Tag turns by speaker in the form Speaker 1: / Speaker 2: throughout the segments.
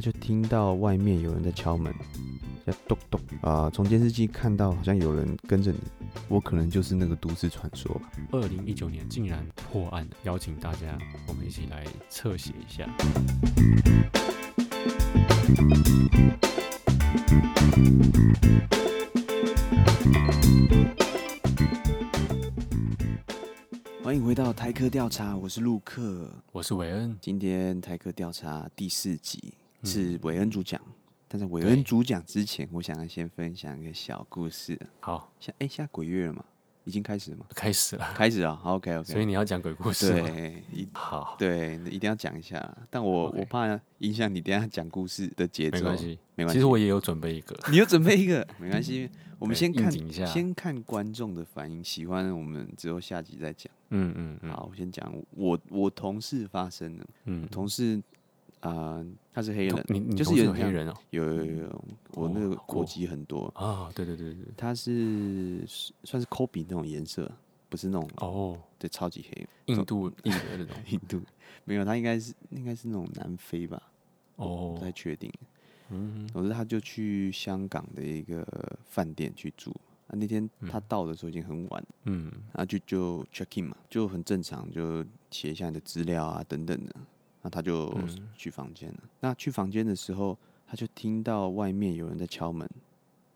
Speaker 1: 就听到外面有人在敲门，在咚咚啊！从监视器看到好像有人跟着你，我可能就是那个都市传说吧。
Speaker 2: 二零一九年竟然破案了，邀请大家我们一起来侧写一下。
Speaker 1: 欢迎回到台科调查，我是陆克。
Speaker 2: 我是韦恩，
Speaker 1: 今天台科调查第四集
Speaker 2: 嗯
Speaker 1: 是韦恩主讲，但在韦
Speaker 2: 对
Speaker 1: 恩主讲之前，我想要先分享一个小故事。
Speaker 2: 好，
Speaker 1: 现哎，现在鬼月了吗？已经开始了吗？
Speaker 2: 开始了。
Speaker 1: 开始啊，OK OK。
Speaker 2: 所以你要讲鬼故事吗？
Speaker 1: 对，一
Speaker 2: 好，
Speaker 1: 对，一定要讲一下啦。但我
Speaker 2: OK
Speaker 1: 我怕影响你等一下讲故事的节奏，
Speaker 2: 没关，系，
Speaker 1: 没关系。
Speaker 2: 其实我也有准备一 个。
Speaker 1: 你又准备一个， 没关系。我们
Speaker 2: 对
Speaker 1: 先
Speaker 2: 应
Speaker 1: 看
Speaker 2: 景一下
Speaker 1: 先看观众的反应，喜欢我们之后下集再讲。
Speaker 2: 嗯嗯嗯，
Speaker 1: 好，我先讲我我同事发生的，
Speaker 2: 嗯，
Speaker 1: 同事啊、呃他是黑
Speaker 2: 你
Speaker 1: 人，
Speaker 2: 你你
Speaker 1: 就是
Speaker 2: 同事
Speaker 1: 有
Speaker 2: 有
Speaker 1: 点
Speaker 2: 黑
Speaker 1: 像
Speaker 2: 人哦。
Speaker 1: 有有有有，我那个
Speaker 2: 哦
Speaker 1: 国籍很多，
Speaker 2: 啊，对对对对对，
Speaker 1: 他是算是 Kobe 那种颜色，不是那种
Speaker 2: 哦，
Speaker 1: 对超级黑
Speaker 2: 印度裔的那种。
Speaker 1: 印度，没有，他应该是应该是那种南非吧，不
Speaker 2: 哦
Speaker 1: 太，确定。
Speaker 2: 嗯，
Speaker 1: 总之，他就去香港的一个饭店去住。啊，那天他到的时候已经很晚，
Speaker 2: 嗯，
Speaker 1: 然后就就 check in 嘛，就很正常，就写一下你的资料啊等等的。那他就
Speaker 2: 嗯
Speaker 1: 去房间了。那去房间的时候，他就听到外面有人在敲门，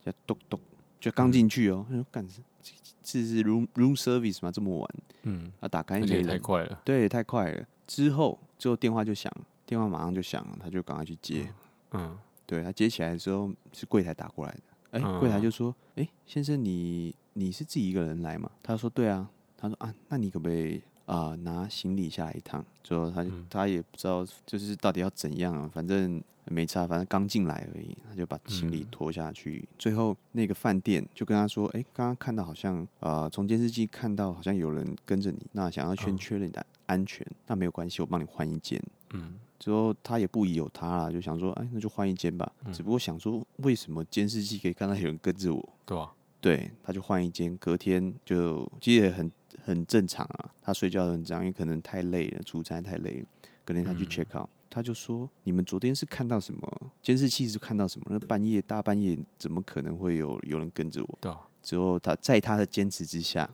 Speaker 1: 叫咚咚，就
Speaker 2: 嗯
Speaker 1: 刚进去哦。他说：“干，这这是 room room service 吗？这么晚？”
Speaker 2: 嗯，
Speaker 1: 啊，打开
Speaker 2: 而
Speaker 1: 没
Speaker 2: 且也
Speaker 1: 人，
Speaker 2: 太快了，
Speaker 1: 对，太快了。之后之后电话就响了，电话马上就响了，他就赶快去接。
Speaker 2: 嗯，
Speaker 1: 对他接起来的时候是柜台打过来的，哎、
Speaker 2: 嗯
Speaker 1: 柜台就说：“哎、先生你，你是自己一个人来吗？”他说：“对啊。”他说：“啊，那你可不可以啊、拿行李下来一趟？”之后他就、
Speaker 2: 嗯
Speaker 1: 他也不知道就是到底要怎样、啊，反正没差，反正刚进来而已，他就把行李
Speaker 2: 嗯
Speaker 1: 拖下去。最后那个饭店就跟他说：“哎、刚刚看到好像啊，从、监视器看到好像有人跟着你，那想要先
Speaker 2: 嗯
Speaker 1: 确认你的安全，那没有关系，我帮你换一间。”
Speaker 2: 嗯，
Speaker 1: 之后他也不疑有他啦，就想说，哎，那就换一间吧。只不过想说，为什么监视器可以看到有人跟着我？
Speaker 2: 对啊吧？
Speaker 1: 对，他就换一间，隔天就其实也很很正常啊。他睡觉很这样，因为可能太累了，出差太累了。隔天他去
Speaker 2: 嗯
Speaker 1: check out，、他就说：“你们昨天是看到什么？监视器是看到什么？那半夜大半夜怎么可能会有有人跟着我
Speaker 2: 对啊吧？？”
Speaker 1: 之后他在他的坚持之下，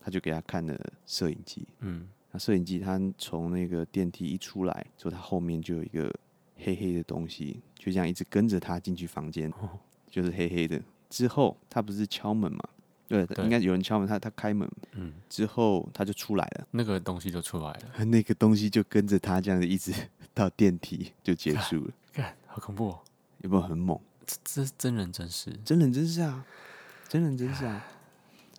Speaker 1: 他就给他看了摄影机。
Speaker 2: 嗯，
Speaker 1: 那摄影机它从那个电梯一出来，就它后面就有一个黑黑的东西，就这样一直跟着他进去房间，
Speaker 2: 哦，
Speaker 1: 就是黑黑的。之后他不是敲门嘛？对，
Speaker 2: 对
Speaker 1: 应该有人敲门，他他开门
Speaker 2: 嗯，
Speaker 1: 之后他就出来了，
Speaker 2: 那个东西就出来了，
Speaker 1: 那个东西就跟着他这样子一直到电梯就结束 了，
Speaker 2: 看，好恐怖哦！
Speaker 1: 有没有很猛？
Speaker 2: 这是真人真事，
Speaker 1: 真人真事啊，真人真事啊，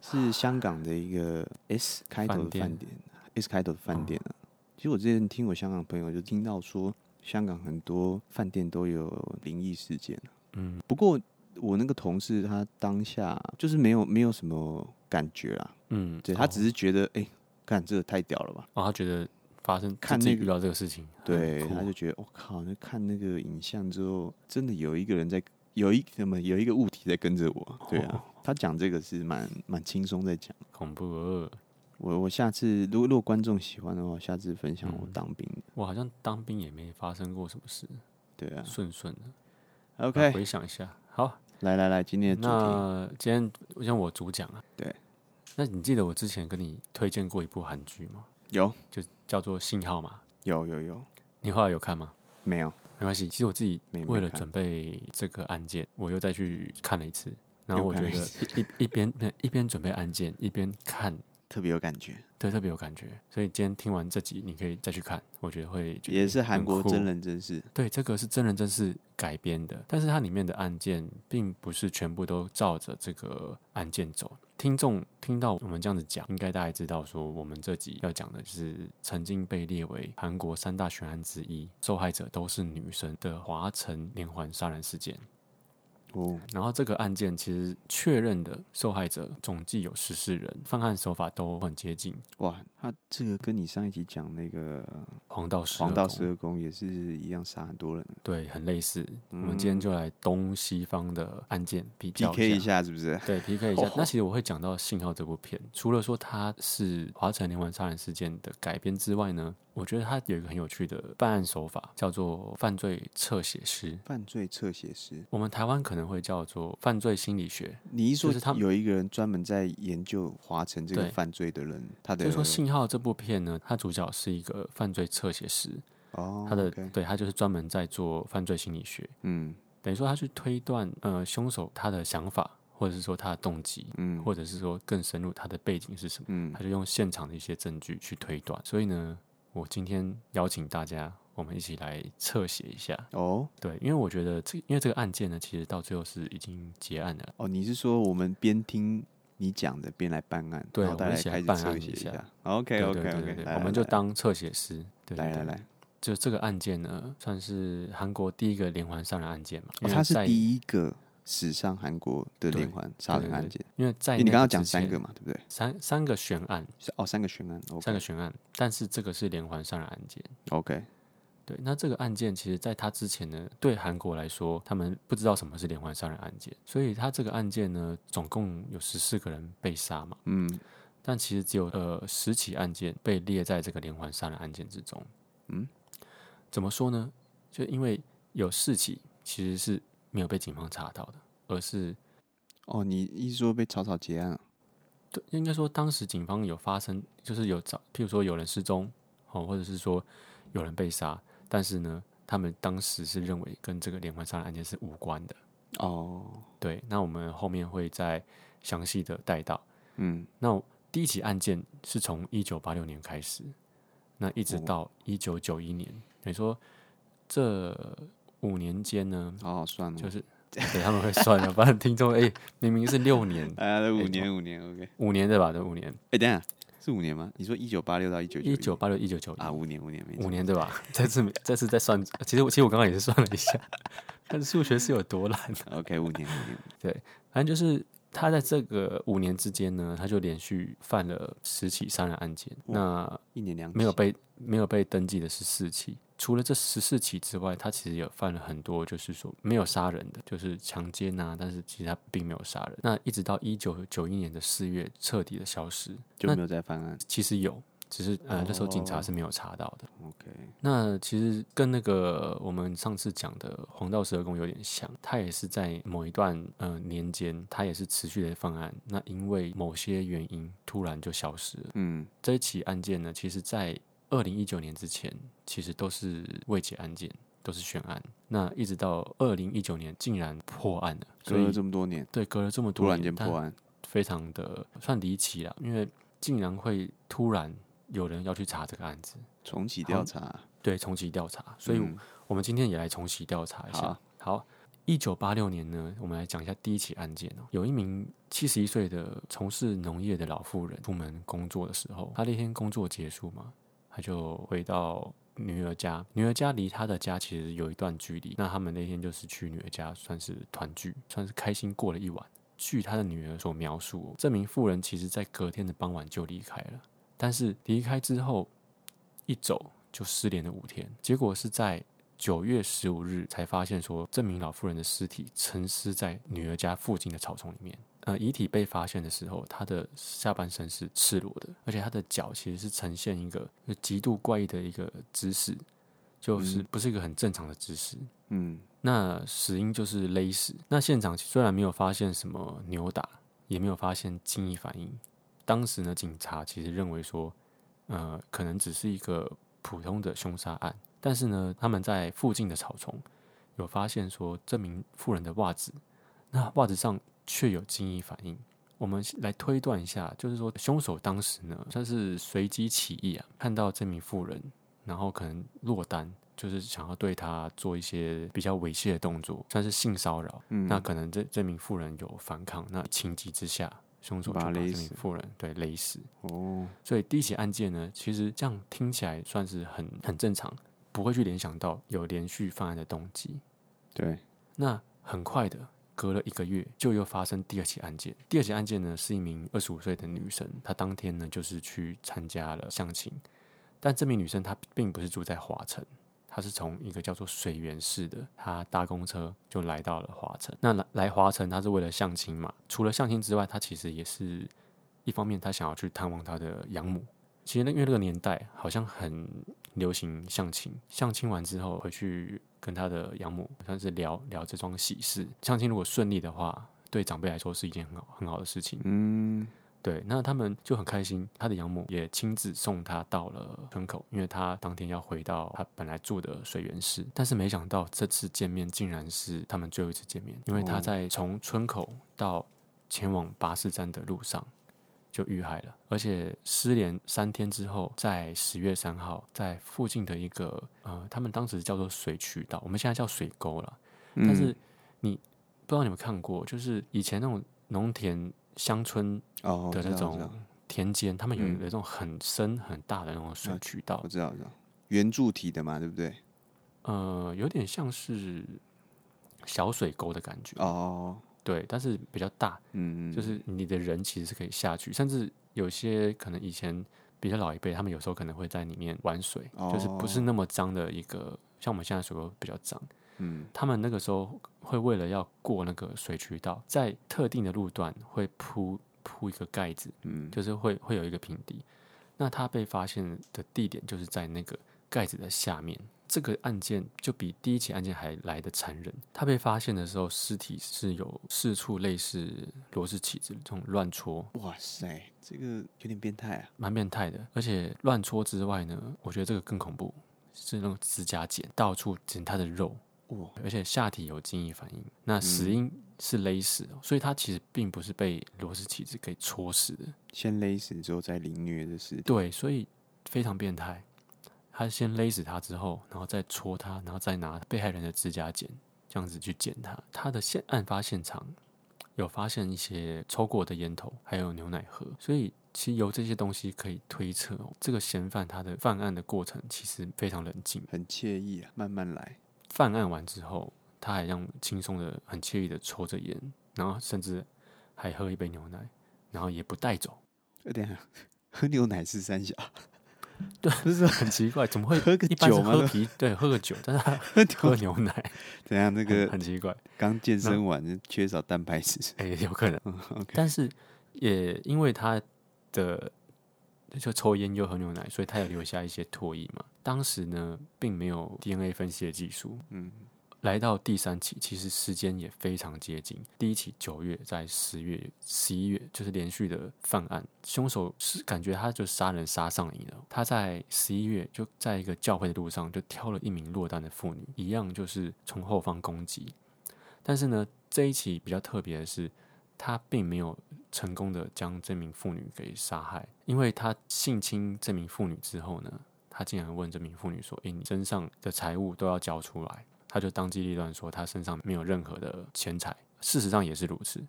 Speaker 1: 是香港的一个 S 开头的
Speaker 2: 饭店
Speaker 1: 饭店，S 啊开头的饭店啊。其实我之前听我香港朋友就听到说，香港很多饭店都有灵异事件。啊
Speaker 2: 嗯，
Speaker 1: 不过我那个同事他当下就是没有没有什么感觉啦，
Speaker 2: 嗯，
Speaker 1: 对他
Speaker 2: 哦
Speaker 1: 只是觉得哎，看、这个太屌了吧，
Speaker 2: 哦，他觉得发生
Speaker 1: 看
Speaker 2: 自己
Speaker 1: 那个
Speaker 2: 遇到这个事情，
Speaker 1: 对，
Speaker 2: 很酷
Speaker 1: 他就觉得我、靠，那看那个影像之后，真的有一个人在，有一什么有一个物体在跟着我。对 啊，他讲这个是蛮蛮轻松在讲。
Speaker 2: 恐怖哦！
Speaker 1: 我我下次如果如果观众喜欢的话，下次分享我
Speaker 2: 嗯
Speaker 1: 当兵的。
Speaker 2: 我好像当兵也没发生过什么事，
Speaker 1: 对啊
Speaker 2: 顺顺的。来
Speaker 1: ，OK，
Speaker 2: 回想一下，好，
Speaker 1: 来来来，今天的主题，
Speaker 2: 那今天像我主讲啊，
Speaker 1: 对，
Speaker 2: 那你记得我之前跟你推荐过一部韩剧吗？
Speaker 1: 有
Speaker 2: 就叫做《信号》嘛，
Speaker 1: 有有有，
Speaker 2: 你后来有看吗？
Speaker 1: 没有
Speaker 2: 没关系，其实我自己
Speaker 1: 没没
Speaker 2: 为了
Speaker 1: 看
Speaker 2: 准备这个案件，我又再去看了一次。然后
Speaker 1: 又
Speaker 2: 我觉
Speaker 1: 看
Speaker 2: 得
Speaker 1: 了一
Speaker 2: 一一一边没有一边准备案件，一边看，
Speaker 1: 特别有感觉，
Speaker 2: 对，特别有感觉。所以今天听完这集，你可以再去看，我觉得会觉得
Speaker 1: 也是韩
Speaker 2: 很
Speaker 1: 国
Speaker 2: 酷
Speaker 1: 真人真事。
Speaker 2: 对，这个是真人真事改编的，但是它里面的案件并不是全部都照着这个案件走。听众听到我们这样子讲，应该大概知道说，我们这集要讲的就是曾经被列为韩国三大悬案之一，受害者都是女生的华城连环杀人事件。
Speaker 1: 哦，
Speaker 2: 然后这个案件其实确认的受害者总计有十四人，犯案手法都很接近
Speaker 1: 哇，他这个跟你上一集讲那个
Speaker 2: 黄道十
Speaker 1: 黄
Speaker 2: 二
Speaker 1: 道
Speaker 2: 宫
Speaker 1: 十二宫也是一样杀很多人
Speaker 2: 对，很类似。我们今天就来东西方的案件比较
Speaker 1: ，PK 嗯一下是不是？
Speaker 2: 对 PK 一
Speaker 1: 哦
Speaker 2: 下。那其实我会讲到《信号》这部片，除了说它是华城连环杀人事件的改编之外呢，我觉得它有一个很有趣的办案手法，叫做犯罪侧写师。
Speaker 1: 犯罪侧写师，
Speaker 2: 我们台湾可能会叫做犯罪心理学，
Speaker 1: 你一说
Speaker 2: 就是他们
Speaker 1: 有一个人专门在研究华晨这个
Speaker 2: 对
Speaker 1: 犯罪的人，他
Speaker 2: 就
Speaker 1: 的
Speaker 2: 是说《信号》这部片呢，它主角是一个犯罪侧写师，
Speaker 1: 哦，
Speaker 2: 他的
Speaker 1: OK
Speaker 2: 对他就是专门在做犯罪心理学，
Speaker 1: 嗯
Speaker 2: 等于说他去推断呃凶手他的想法，或者是说他的动机，
Speaker 1: 嗯
Speaker 2: 或者是说更深入他的背景是什么，
Speaker 1: 嗯
Speaker 2: 他就用现场的一些证据去推断。所以呢，我今天邀请大家，我们一起来侧写一下。
Speaker 1: 哦
Speaker 2: 对，因为我觉得这因为这个案件呢，其实到最后是已经结案了。
Speaker 1: 哦，你是说我们边听你讲的边来办案，
Speaker 2: 对
Speaker 1: 然后大
Speaker 2: 我们
Speaker 1: 家
Speaker 2: 一起来
Speaker 1: 开始
Speaker 2: 办
Speaker 1: 侧
Speaker 2: 案
Speaker 1: 写
Speaker 2: 一下
Speaker 1: 下，OK
Speaker 2: 对
Speaker 1: OK
Speaker 2: 对对
Speaker 1: OK，
Speaker 2: 对对，
Speaker 1: 来
Speaker 2: 我们
Speaker 1: 来
Speaker 2: 就
Speaker 1: 来
Speaker 2: 当侧写师。对
Speaker 1: 来来，哦
Speaker 2: 对
Speaker 1: 来
Speaker 2: 对，就这个案件呢，算是韩国第一个连环杀人案件嘛。因
Speaker 1: 哦
Speaker 2: 为
Speaker 1: 他是
Speaker 2: 在
Speaker 1: 第一个史上韩国的
Speaker 2: 对
Speaker 1: 连环杀人案
Speaker 2: 对
Speaker 1: 件，
Speaker 2: 因为在
Speaker 1: 因为你
Speaker 2: 那
Speaker 1: 刚
Speaker 2: 个
Speaker 1: 刚
Speaker 2: 之
Speaker 1: 讲三
Speaker 2: 前
Speaker 1: 个嘛，对不对？
Speaker 2: 三三个悬案，
Speaker 1: 是哦，三个悬案
Speaker 2: 三
Speaker 1: ，OK
Speaker 2: 个悬案，但是这个是连环杀人案件。
Speaker 1: OK，
Speaker 2: 对，那这个案件其实在他之前呢，对韩国来说，他们不知道什么是连环杀人案件，所以他这个案件呢，总共有十四个人被杀嘛，
Speaker 1: 嗯
Speaker 2: 但其实只有呃十起案件被列在这个连环杀人案件之中。
Speaker 1: 嗯，
Speaker 2: 怎么说呢？就因为有四起其实是没有被警方查到的，而是
Speaker 1: 哦，你一说被草草结案了，
Speaker 2: 对，应该说当时警方有发生，就是有找，譬如说有人失踪，哦，或者是说有人被杀，但是呢，他们当时是认为跟这个连环杀人案件是无关的。
Speaker 1: 哦，
Speaker 2: 对，那我们后面会再详细的带到。
Speaker 1: 嗯，
Speaker 2: 那第一起案件是从一九八六年开始，那一直
Speaker 1: 哦
Speaker 2: 到一九九一年，等于说这五年间呢，
Speaker 1: 好好算
Speaker 2: 就
Speaker 1: 哦，
Speaker 2: 是对他们会算了，不然听众哎、明明是六年，
Speaker 1: 哎，五年五年 OK，
Speaker 2: 五年对吧？对，五年，
Speaker 1: 哎，等一下是五年吗？你说一九八 六到一九
Speaker 2: 一九八六一九九一
Speaker 1: 啊，五年五年没错
Speaker 2: 五年对 吧？这次没这次再算，其实我其实我刚刚也是算了一下， 看数学是有多烂。
Speaker 1: ，OK，五年五年，
Speaker 2: 反正就是他在这个五年之间呢，他就连续犯了十起杀人案件，那
Speaker 1: 一年两
Speaker 2: 没有
Speaker 1: 起
Speaker 2: 被没有被登记的是四起。除了这十四起之外，他其实也犯了很多，就是说没有杀人的，就是强奸啊，但是其实他并没有杀人。那一直到一九九一年的四月彻底的消失，
Speaker 1: 就没有再犯案
Speaker 2: 其实有，只是呃那时候警
Speaker 1: 哦
Speaker 2: 察是没有查到的。
Speaker 1: ，OK，
Speaker 2: 那其实跟那个我们上次讲的黄道十二宫有点像，它也是在某一段呃年间，它也是持续的犯案。那因为某些原因突然就消失了。
Speaker 1: 嗯
Speaker 2: 这一起案件呢，其实在二零一九年之前，其实都是未解案件，都是悬案。那一直到二零一九年，竟然破案了，所
Speaker 1: 隔了
Speaker 2: 以
Speaker 1: 这么多年，
Speaker 2: 对隔了这么多
Speaker 1: 突
Speaker 2: 年，
Speaker 1: 然间
Speaker 2: 但
Speaker 1: 破案，
Speaker 2: 非常的算离奇啦，因为竟然会突然有人要去查这个案子，
Speaker 1: 重启
Speaker 2: 好
Speaker 1: 调查，
Speaker 2: 对，重启调查，所以
Speaker 1: 嗯
Speaker 2: 我们今天也来重启调查一下。
Speaker 1: 好
Speaker 2: 好，一九八六年呢，我们来讲一下第一起案件哦。有一名七十一岁的从事农业的老妇人，出门工作的时候，她那天工作结束嘛，她就回到女儿家。女儿家离她的家其实有一段距离，那他们那天就是去女儿家，算是团聚，算是开心过了一晚。据她的女儿所描述哦，这名妇人其实在隔天的傍晚就离开了，但是离开之后一走就失联了五天，结果是在九月十五日才发现说，这名老妇人的尸体沉尸在女儿家附近的草丛里面。呃，遗体被发现的时候，她的下半身是赤裸的，而且她的脚其实是呈现一个就极度怪异的一个姿势，就是不是一个很正常的姿势。
Speaker 1: 嗯
Speaker 2: 那死因就是勒死。那现场虽然没有发现什么扭打，也没有发现惊异反应，当时呢，警察其实认为说，呃，可能只是一个普通的凶杀案。但是呢，他们在附近的草丛有发现说，这名妇人的袜子，那袜子上却有惊异反应。我们来推断一下，就是说凶手当时呢，算是随机起意啊，看到这名妇人，然后可能落单，就是想要对她做一些比较猥亵的动作，算是性骚扰。
Speaker 1: 嗯，
Speaker 2: 那可能这这名妇人有反抗，那情急之下，凶手就
Speaker 1: 把她
Speaker 2: 把这
Speaker 1: 勒
Speaker 2: 名
Speaker 1: 死
Speaker 2: 妇人对勒死。
Speaker 1: 哦，
Speaker 2: 所以第一起案件呢，其实这样听起来算是很很正常，不会去联想到有连续犯案的动机。
Speaker 1: 对，
Speaker 2: 那很快的，隔了一个月，就又发生第二起案件。第二起案件呢，是一名二十五岁的女生，她当天呢就是去参加了相亲，但这名女生她并不是住在华城。她是从一个叫做水源市的，她搭公车就来到了华城。那来来华城，她是为了相亲嘛？除了相亲之外，她其实也是一方面，她想要去探望她的养母。其实那因为那个年代好像很流行相亲，相亲完之后回去跟她的养母算是聊聊这桩喜事。相亲如果顺利的话，对长辈来说是一件很好很好的事情。
Speaker 1: 嗯，
Speaker 2: 对，那他们就很开心，他的养母也亲自送他到了村口，因为他当天要回到他本来住的水源市。但是没想到这次见面竟然是他们最后一次见面，因为他
Speaker 1: 哦
Speaker 2: 在从村口到前往巴士站的路上就遇害了，而且失联三天之后，在十月三号，在附近的一个呃，他们当时叫做水渠道，我们现在叫水沟了。
Speaker 1: 嗯
Speaker 2: 但是你不知道你有没有看过，就是以前那种农田乡村
Speaker 1: 哦，
Speaker 2: 的
Speaker 1: 我知
Speaker 2: 那
Speaker 1: 道我知
Speaker 2: 种
Speaker 1: 道
Speaker 2: 田间，他们有
Speaker 1: 嗯
Speaker 2: 有一种很深很大的那种水渠道
Speaker 1: 我，知道，我知道，圆柱体的嘛，对不对？
Speaker 2: 呃，有点像是小水沟的感觉，
Speaker 1: 哦，
Speaker 2: 对，但是比较大，
Speaker 1: 嗯，
Speaker 2: 就是你的人其实是可以下去，甚至有些可能以前比较老一辈，他们有时候可能会在里面玩水，就是不
Speaker 1: 哦
Speaker 2: 是那么脏的一个，像我们现在水沟比较脏，
Speaker 1: 嗯，
Speaker 2: 他们那个时候会为了要过那个水渠道，在特定的路段会铺铺一个盖子，
Speaker 1: 嗯，
Speaker 2: 就是会会有一个平地。那他被发现的地点就是在那个盖子的下面。这个案件就比第一起案件还来的残忍。他被发现的时候，尸体是有四处类似螺丝起子这种乱戳，
Speaker 1: 哇塞，这个有点变态啊！
Speaker 2: 蛮变态的。而且乱戳之外呢，我觉得这个更恐怖，是那种指甲剪到处剪他的肉，
Speaker 1: 哇，
Speaker 2: 而且下体有精液反应。那死因是勒死哦，所以他其实并不是被螺丝起子给戳死的，
Speaker 1: 先勒死之后再凌虐的事，
Speaker 2: 对，所以非常变态。他先勒死他之后，然后再戳他，然后再拿被害人的指甲剪，这样子去剪他。他的现案发现场有发现一些抽过的烟头，还有牛奶盒，所以其实由这些东西可以推测、哦，这个嫌犯他的犯案的过程其实非常冷静。
Speaker 1: 很惬意啊，慢慢来。
Speaker 2: 犯案完之后，他还让轻松的、很惬意的抽着烟，然后甚至还喝一杯牛奶，然后也不带走，
Speaker 1: 有点喝牛奶是三小，
Speaker 2: 很奇怪，怎么会
Speaker 1: 喝个
Speaker 2: 一般是
Speaker 1: 酒吗
Speaker 2: 喝啤，对，喝个酒，但 是他喝牛奶，
Speaker 1: 怎样？那
Speaker 2: 很
Speaker 1: 个
Speaker 2: 很奇怪，
Speaker 1: 刚健身完缺少蛋白质，
Speaker 2: 哎、有可能。但是也因为他的就抽烟又喝牛奶，所以他有留下一些唾液嘛。当时呢，并没有 DNA 分析的技术，
Speaker 1: 嗯，
Speaker 2: 来到第三起，其实时间也非常接近。第一起九月，在十月、十一月，就是连续的犯案。凶手是感觉他就杀人杀上瘾了。他在十一月就在一个教会的路上，就挑了一名落单的妇女，一样就是从后方攻击。但是呢，这一起比较特别的是，他并没有成功的将这名妇女给杀害，因为他性侵这名妇女之后呢，他竟然问这名妇女说：“诶，你身上的财物都要交出来。”他就当机立断说他身上没有任何的钱财，事实上也是如此。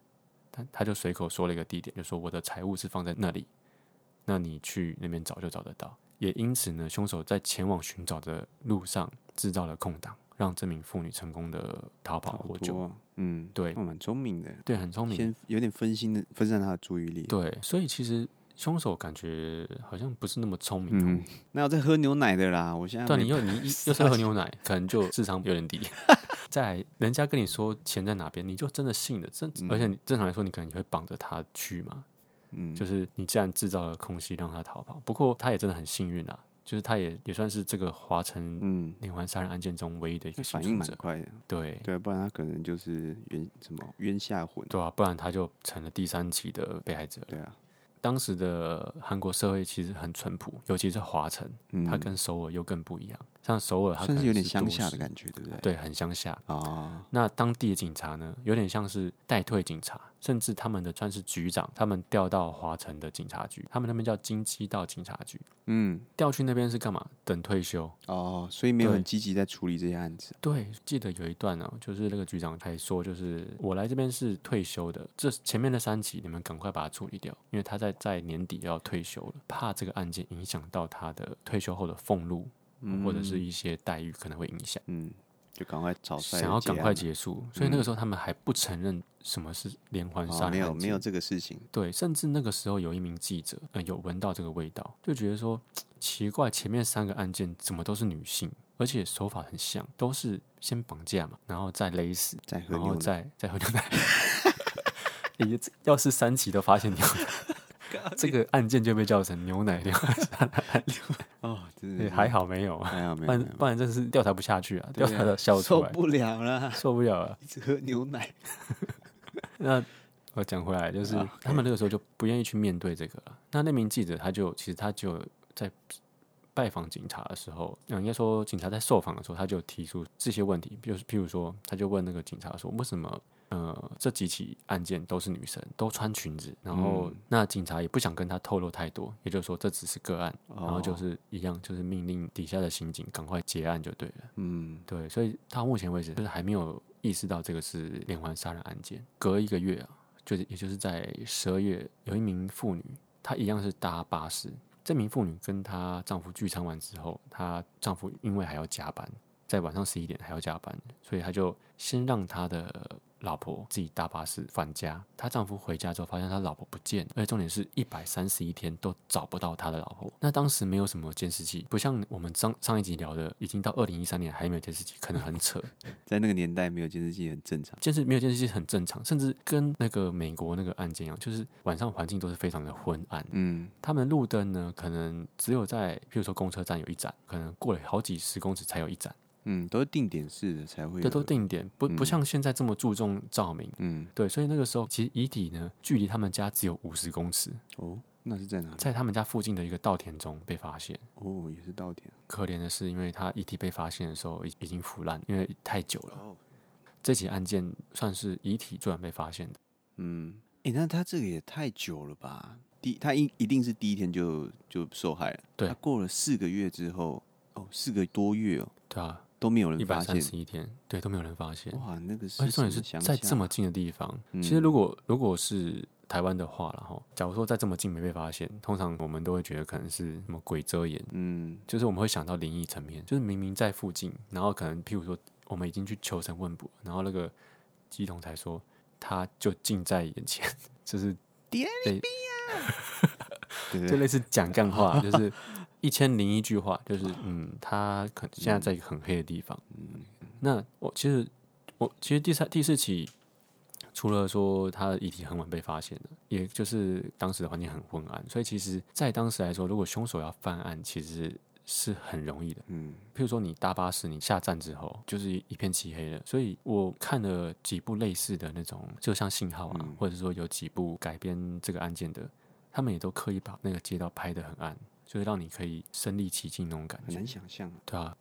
Speaker 2: 但他就随口说了一个地点，就说我的财物是放在那里，那你去那边找就找得到。也因此呢，凶手在前往寻找的路上制造了空档，让这名妇女成功的逃跑
Speaker 1: 好
Speaker 2: 获救。
Speaker 1: 多啊，嗯，
Speaker 2: 对
Speaker 1: 哦，蛮聪明的，
Speaker 2: 对，很聪明。
Speaker 1: 先有点分心的分散他的注意力。
Speaker 2: 对，所以其实凶手感觉好像不是那么聪明、哦。
Speaker 1: 嗯，那有在喝牛奶的啦，我现在
Speaker 2: 对啊，
Speaker 1: 没
Speaker 2: 你又你一又是喝牛奶，可能就智商有 点低。在人家跟你说钱在哪边，你就真的信了。正而且你正常来说，你可能也会绑着他去嘛。
Speaker 1: 嗯，
Speaker 2: 就是你既然制造了空隙让他逃跑，不过他也真的很幸运啊，就是他也也算是这个华城
Speaker 1: 嗯，
Speaker 2: 连环杀人案件中唯一的一个幸
Speaker 1: 反应
Speaker 2: 存
Speaker 1: 蛮
Speaker 2: 者。
Speaker 1: 快的，
Speaker 2: 对
Speaker 1: 对，啊不然他可能就是冤什么冤下魂，
Speaker 2: 对啊，不然他就成了第三起的被害者。
Speaker 1: 对啊，
Speaker 2: 当时的韩国社会其实很淳朴，尤其是华城，
Speaker 1: 嗯，
Speaker 2: 它跟首尔又更不一样。像首尔，它可
Speaker 1: 算
Speaker 2: 能
Speaker 1: 是有点
Speaker 2: 是
Speaker 1: 乡
Speaker 2: 都
Speaker 1: 下的
Speaker 2: 市
Speaker 1: 感觉，对不对？
Speaker 2: 对，很乡下。
Speaker 1: 啊，
Speaker 2: 那当地的警察呢，有点像是代退警察，甚至他们的算是局长，他们调到华城的警察局，他们那边叫金鸡道警察局，
Speaker 1: 嗯，
Speaker 2: 调去那边是干嘛？等退休。
Speaker 1: 哦，所以没有
Speaker 2: 对
Speaker 1: 很积极在处理这些案子，
Speaker 2: 对，记得有一段呢、就是那个局长还说，就是我来这边是退休的，这前面的三起你们赶快把它处理掉，因为他在在年底要退休了，怕这个案件影响到他的退休后的俸禄，或者是一些待遇可能会影响。
Speaker 1: 嗯，就赶快草率地
Speaker 2: 想要
Speaker 1: 结
Speaker 2: 赶
Speaker 1: 案
Speaker 2: 快
Speaker 1: 了嗯
Speaker 2: 结束，所以那个时候他们还不承认什么是连环杀人、
Speaker 1: 哦，没有没有，这个事情，
Speaker 2: 对，甚至那个时候有一名记者，呃，有闻到这个味道，就觉得说奇怪，前面三个案件怎么都是女性，而且手法很像，都是先绑架嘛，然后再勒死，
Speaker 1: 在喝
Speaker 2: 然后
Speaker 1: 牛奶，
Speaker 2: 再再喝牛奶。 你这要是三期都发现牛 奶，这个案件就被叫成牛奶流案
Speaker 1: 哦，真的
Speaker 2: 对，
Speaker 1: 是
Speaker 2: 还好没有啊，
Speaker 1: 还好没
Speaker 2: 不
Speaker 1: 有没
Speaker 2: 然
Speaker 1: 有，
Speaker 2: 不然真是调查不下去啊，
Speaker 1: 对
Speaker 2: 调
Speaker 1: 啊
Speaker 2: 查的笑出
Speaker 1: 受
Speaker 2: 来，
Speaker 1: 不了了，
Speaker 2: 受不了了。
Speaker 1: 一直喝牛奶，
Speaker 2: 那我讲回来，就是
Speaker 1: 啊
Speaker 2: 他们那个时候就不愿意去面对这个了。那那名记者他就其实他就在拜访警察的时候，嗯，应该说警察在受访的时候，他就提出这些问题，就是譬如说，他就问那个警察说，为什么呃这几起案件都是女生，都穿裙子，然后、
Speaker 1: 嗯
Speaker 2: 那警察也不想跟他透露太多，也就是说这只是个案， 然后就
Speaker 1: 哦
Speaker 2: 是一样就是命令底下的刑警赶快结案就对了。
Speaker 1: 嗯，
Speaker 2: 对，所以到目前为止就是还没有意识到这个是连环杀人案件。隔一个月啊，就是也就是在十二月，有一名妇女，她一样是搭巴士。这名妇女跟她丈夫聚餐完之后，她丈夫因为还要加班，在晚上十一点还要加班，所以她就先让她的老婆自己搭巴士返家。她丈夫回家之后，发现她老婆不见了，而且重点是一百三十一天都找不到她的老婆。那当时没有什么监视器，不像我们上上一集聊的，已经到二零一三年还没有监视器，可能很扯。
Speaker 1: 在那个年代没有监视器很正常，
Speaker 2: 监视没有监视器很正常，甚至跟那个美国那个案件一样，就是晚上环境都是非常的昏暗。
Speaker 1: 嗯，
Speaker 2: 他们路灯呢，可能只有在譬如说公车站有一盏，可能过了好几十公尺才有一盏，
Speaker 1: 嗯，都是定点式的才会有，
Speaker 2: 这都定点，不不
Speaker 1: 嗯
Speaker 2: 像现在这么注重照明。
Speaker 1: 嗯，
Speaker 2: 对，所以那个时候其实遗体呢，距离他们家只有五十公尺，
Speaker 1: 哦，那是在哪里？
Speaker 2: 在他们家附近的一个稻田中被发现。
Speaker 1: 哦，也是稻田，
Speaker 2: 可怜的是，因为他遗体被发现的时候已已经腐烂，因为太久了。
Speaker 1: 哦，
Speaker 2: 这起案件算是遗体最晚被发现的。
Speaker 1: 嗯，诶，那他这个也太久了吧？第他一一定是第一天就就受害了，
Speaker 2: 对
Speaker 1: 他过了四个月之后，哦，四个多月哦，
Speaker 2: 对啊，
Speaker 1: 都没有
Speaker 2: 一
Speaker 1: 人
Speaker 2: 百
Speaker 1: 发
Speaker 2: 三
Speaker 1: 现，
Speaker 2: 十一天，对，都没有人发现。
Speaker 1: 哇，那个是
Speaker 2: 而且重点
Speaker 1: 什么
Speaker 2: 是
Speaker 1: 乡
Speaker 2: 在
Speaker 1: 下嗯
Speaker 2: 这么近的地方。其实如果如果是台湾的话，然后假如说在这么近没被发现，通常我们都会觉得可能是什么鬼遮眼，
Speaker 1: 嗯，
Speaker 2: 就是我们会想到灵异层面，就是明明在附近，然后可能譬如说我们已经去求神问卜，然后那个鸡童才说他就近在眼前，就是
Speaker 1: 对不
Speaker 2: 就
Speaker 1: 对？
Speaker 2: 类似讲干 话，就是一千零一句话，就是嗯，他可现在在一个很黑的地方。
Speaker 1: 嗯
Speaker 2: 那我其实我其实第三第四起，除了说他的遗体很晚被发现的，也就是当时的环境很昏暗，所以其实在当时来说，如果凶手要犯案，其实是很容易的。
Speaker 1: 嗯，
Speaker 2: 譬如说你搭巴士，你下站之后就是一片漆黑的，所以我看了几部类似的那种，就像信号啊，
Speaker 1: 嗯
Speaker 2: 或者说有几部改编这个案件的，他们也都刻意把那个街道拍得很暗，就是让你可以身临其境那种感
Speaker 1: 很
Speaker 2: 觉
Speaker 1: 难，想象啊，
Speaker 2: 对啊。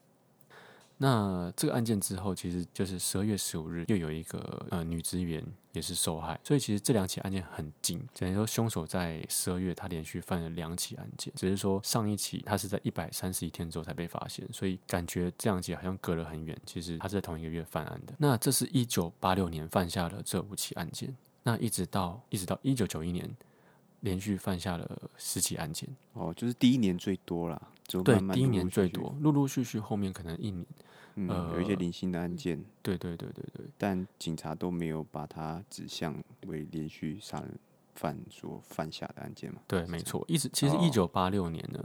Speaker 2: 那这个案件之后，其实就是十二月十五日又有一个呃女职员也是受害，所以其实这两起案件很近，只能说凶手在十二月他连续犯了两起案件，只是说上一起他是在一百三十一天之后才被发现，所以感觉这两起好像隔了很远，其实他是在同一个月犯案的。那这是一九八六年犯下了这五起案件，那一直到一直到一九九一年，连续犯下了十起案件。
Speaker 1: 哦，就是第一年最多啦，之后
Speaker 2: 对，
Speaker 1: 慢慢
Speaker 2: 第一
Speaker 1: 陆陆
Speaker 2: 年
Speaker 1: 续
Speaker 2: 最
Speaker 1: 续，
Speaker 2: 多，陆陆续续后面可能一年，
Speaker 1: 嗯，
Speaker 2: 呃
Speaker 1: 有一些零星的案件，
Speaker 2: 对对对对对，
Speaker 1: 但警察都没有把它指向为连续杀人犯所犯下的案件嘛？
Speaker 2: 对，
Speaker 1: 是
Speaker 2: 没
Speaker 1: 这样，
Speaker 2: 错，一直其实
Speaker 1: 哦
Speaker 2: 一九八六年呢，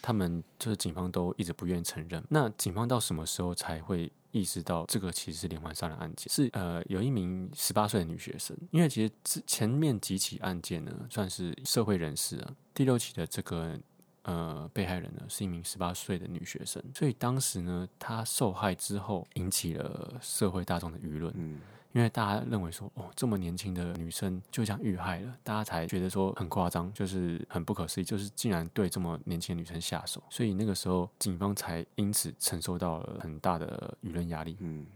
Speaker 2: 他们就是警方都一直不愿意承认。那警方到什么时候才会意识到这个其实是连环杀人案件？是呃，有一名十八岁的女学生，因为其实之前面几起案件呢，算是社会人士啊，第六起的这个。呃，被害人呢是一名十八岁的女学生，所以当时呢，她受害之后引起了社会大众的舆论，
Speaker 1: 嗯，
Speaker 2: 因为大家认为说，哦，这么年轻的女生就这样遇害了，大家才觉得说很夸张，就是很不可思议，就是竟然对这么年轻的女生下手，所以那个时候警方才因此承受到了很大的舆论压力。
Speaker 1: 嗯，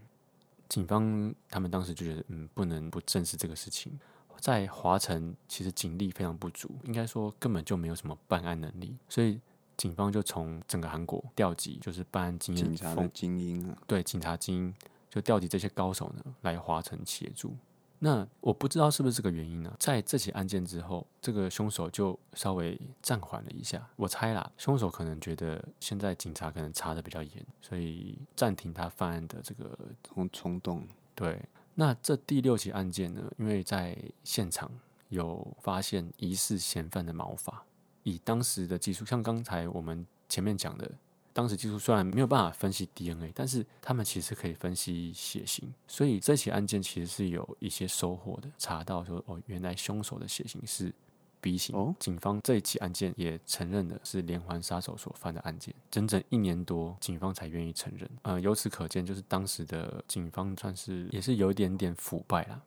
Speaker 2: 警方他们当时就觉得，嗯，不能不正视这个事情。在华城，其实警力非常不足，应该说根本就没有什么办案能力，所以警方就从整个韩国调集，就是办案经验
Speaker 1: 警察的
Speaker 2: 丰
Speaker 1: 精英啊，
Speaker 2: 对警察精英就调集这些高手呢来华城协助。那我不知道是不是这个原因呢、在这起案件之后，这个凶手就稍微暂缓了一下。我猜啦，凶手可能觉得现在警察可能查的比较严，所以暂停他犯案的这个
Speaker 1: 冲冲动，
Speaker 2: 对，那这第六起案件呢，因为在现场有发现疑似嫌犯的毛发，以当时的技术，像刚才我们前面讲的，当时技术虽然没有办法分析 DNA，但是他们其实可以分析血型，所以这起案件其实是有一些收获的，查到说哦，原来凶手的血型是 B 型。
Speaker 1: 哦
Speaker 2: 警方这一起案件也承认了是连环杀手所犯的案件，整整一年多，警方才愿意承认。呃，由此可见，就是当时的警方算是也是有一点点腐败啦。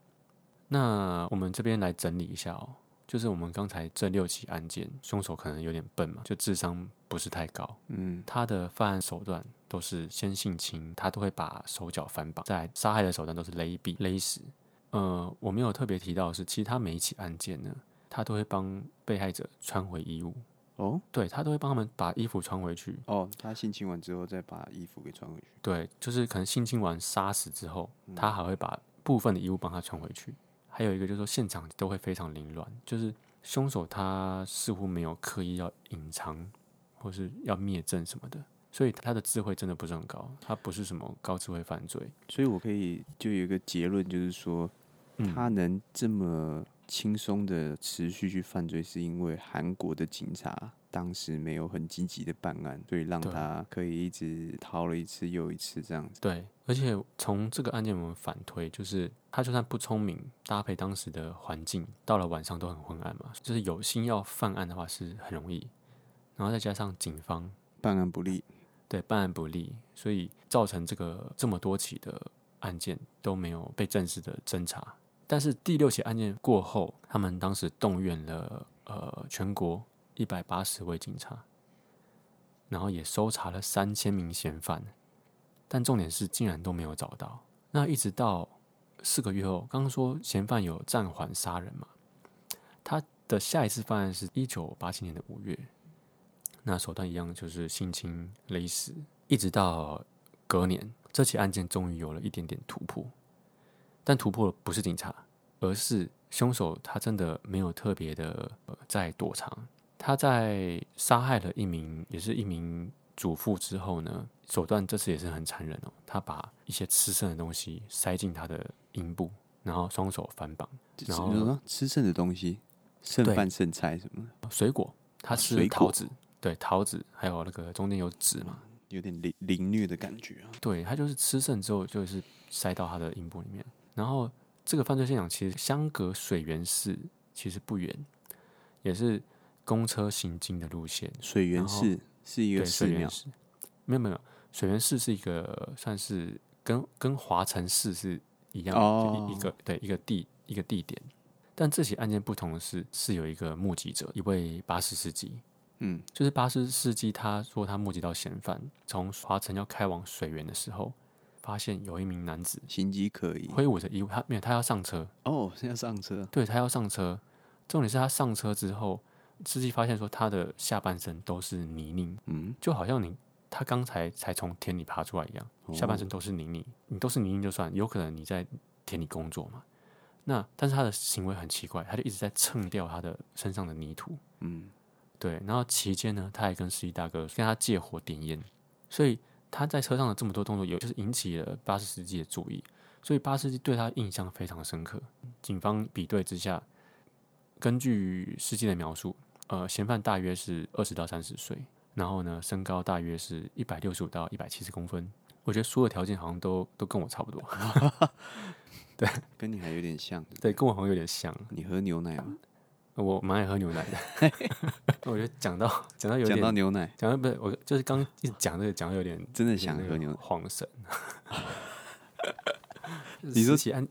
Speaker 2: 那我们这边来整理一下哦，就是我们刚才这六起案件，凶手可能有点笨嘛，就智商不是太高，
Speaker 1: 嗯，
Speaker 2: 他的犯案手段都是先性侵，他都会把手脚反绑，在杀害的手段都是勒毙、勒死。呃，我没有特别提到的是，其实他每一起案件呢，他都会帮被害者穿回衣物，
Speaker 1: 哦
Speaker 2: 对他都会帮他们把衣服穿回去。
Speaker 1: 哦，他性侵完之后再把衣服给穿回去，
Speaker 2: 对，就是可能性侵完杀死之后，他还会把部分的衣物帮他穿回去。还有一个就是说，现场都会非常凌乱，就是凶手他似乎没有刻意要隐藏或是要灭证什么的，所以他的智慧真的不是很高，他不是什么高智慧犯罪。
Speaker 1: 所以我可以就有一个结论，就是说
Speaker 2: 嗯，
Speaker 1: 他能这么轻松的持续去犯罪，是因为韩国的警察当时没有很积极的办案，所以让
Speaker 2: 对
Speaker 1: 他可以一直逃了一次又一次这样子。
Speaker 2: 对，而且从这个案件我们反推，就是他就算不聪明，搭配当时的环境，到了晚上都很昏暗嘛，就是有心要犯案的话是很容易，然后再加上警方
Speaker 1: 办案不力，
Speaker 2: 对办案不力，所以造成这个这么多起的案件都没有被正式的侦查。但是第六起案件过后，他们当时动员了呃全国一百八十位警察，然后也搜查了三千名嫌犯，但重点是竟然都没有找到。那一直到四个月后，刚刚说嫌犯有暂缓杀人嘛，他的下一次犯案是一九八七年的五月，那手段一样就是性侵、勒死，一直到隔年，这起案件终于有了一点点突破，但突破的不是警察，而是凶手他真的没有特别的、呃在躲藏，他在杀害了一名也是一名主妇之后呢，手段这次也是很残忍哦，他把一些吃剩的东西塞进他的阴部，然后双手反绑，
Speaker 1: 这
Speaker 2: 然后
Speaker 1: 你说吃剩的东西，剩
Speaker 2: 对
Speaker 1: 饭剩菜什么的，
Speaker 2: 水果，他吃了
Speaker 1: 水果
Speaker 2: 桃子，对桃子，还有那个中间有纸嘛。
Speaker 1: 有点凌凌虐的感觉啊。
Speaker 2: 对他就是吃剩之后就是塞到他的阴部里面。然后这个犯罪现场其实相隔水源市其实不远，也是公车行经的路线。
Speaker 1: 水源
Speaker 2: 然后
Speaker 1: 市是一
Speaker 2: 对，
Speaker 1: 个寺
Speaker 2: 水源
Speaker 1: 庙，
Speaker 2: 市没有没有，水源市是一个算是跟跟华城市是一样的，
Speaker 1: 哦
Speaker 2: 就一一个对一个地一个地点。但这起案件不同的是，是有一个目击者，一位巴士司机，
Speaker 1: 嗯，
Speaker 2: 就是巴士司机他说他目击到嫌犯从华城要开往水源的时候，发现有一名男子
Speaker 1: 形迹可疑。
Speaker 2: 挥舞着衣物，他没有他要上车，
Speaker 1: 哦，现在上车，
Speaker 2: 对他要上车，重点是他上车之后，司机发现说他的下半身都是泥泞，
Speaker 1: 嗯，
Speaker 2: 就好像你他刚才才从田里爬出来一样，
Speaker 1: 哦
Speaker 2: 下半身都是泥泞，你都是泥泞就算，有可能你在田里工作嘛。那但是他的行为很奇怪，他就一直在蹭掉他的身上的泥土，
Speaker 1: 嗯，
Speaker 2: 对，然后期间呢，他还跟司机大哥跟他借火点烟，所以他在车上的这么多动作，有就是引起了巴士司机的注意，所以巴士司机对他印象非常深刻。警方比对之下，根据司机的描述，呃，嫌犯大约是二十到三十岁，然后呢，身高大约是一百六十五到一百七十公分。我觉得所有条件好像都都跟我差不多，
Speaker 1: 跟你还有点像。
Speaker 2: 对，跟我好像有点像。
Speaker 1: 你喝牛奶吗？
Speaker 2: 我蛮爱喝牛奶的， 我觉得讲到讲 到有
Speaker 1: 讲
Speaker 2: 点
Speaker 1: 到牛奶，
Speaker 2: 讲到不是我就是刚一直讲这个讲到有点
Speaker 1: 真的想
Speaker 2: 那
Speaker 1: 喝
Speaker 2: 个
Speaker 1: 牛 奶。
Speaker 2: 晃 神。
Speaker 1: 你说
Speaker 2: 十起案，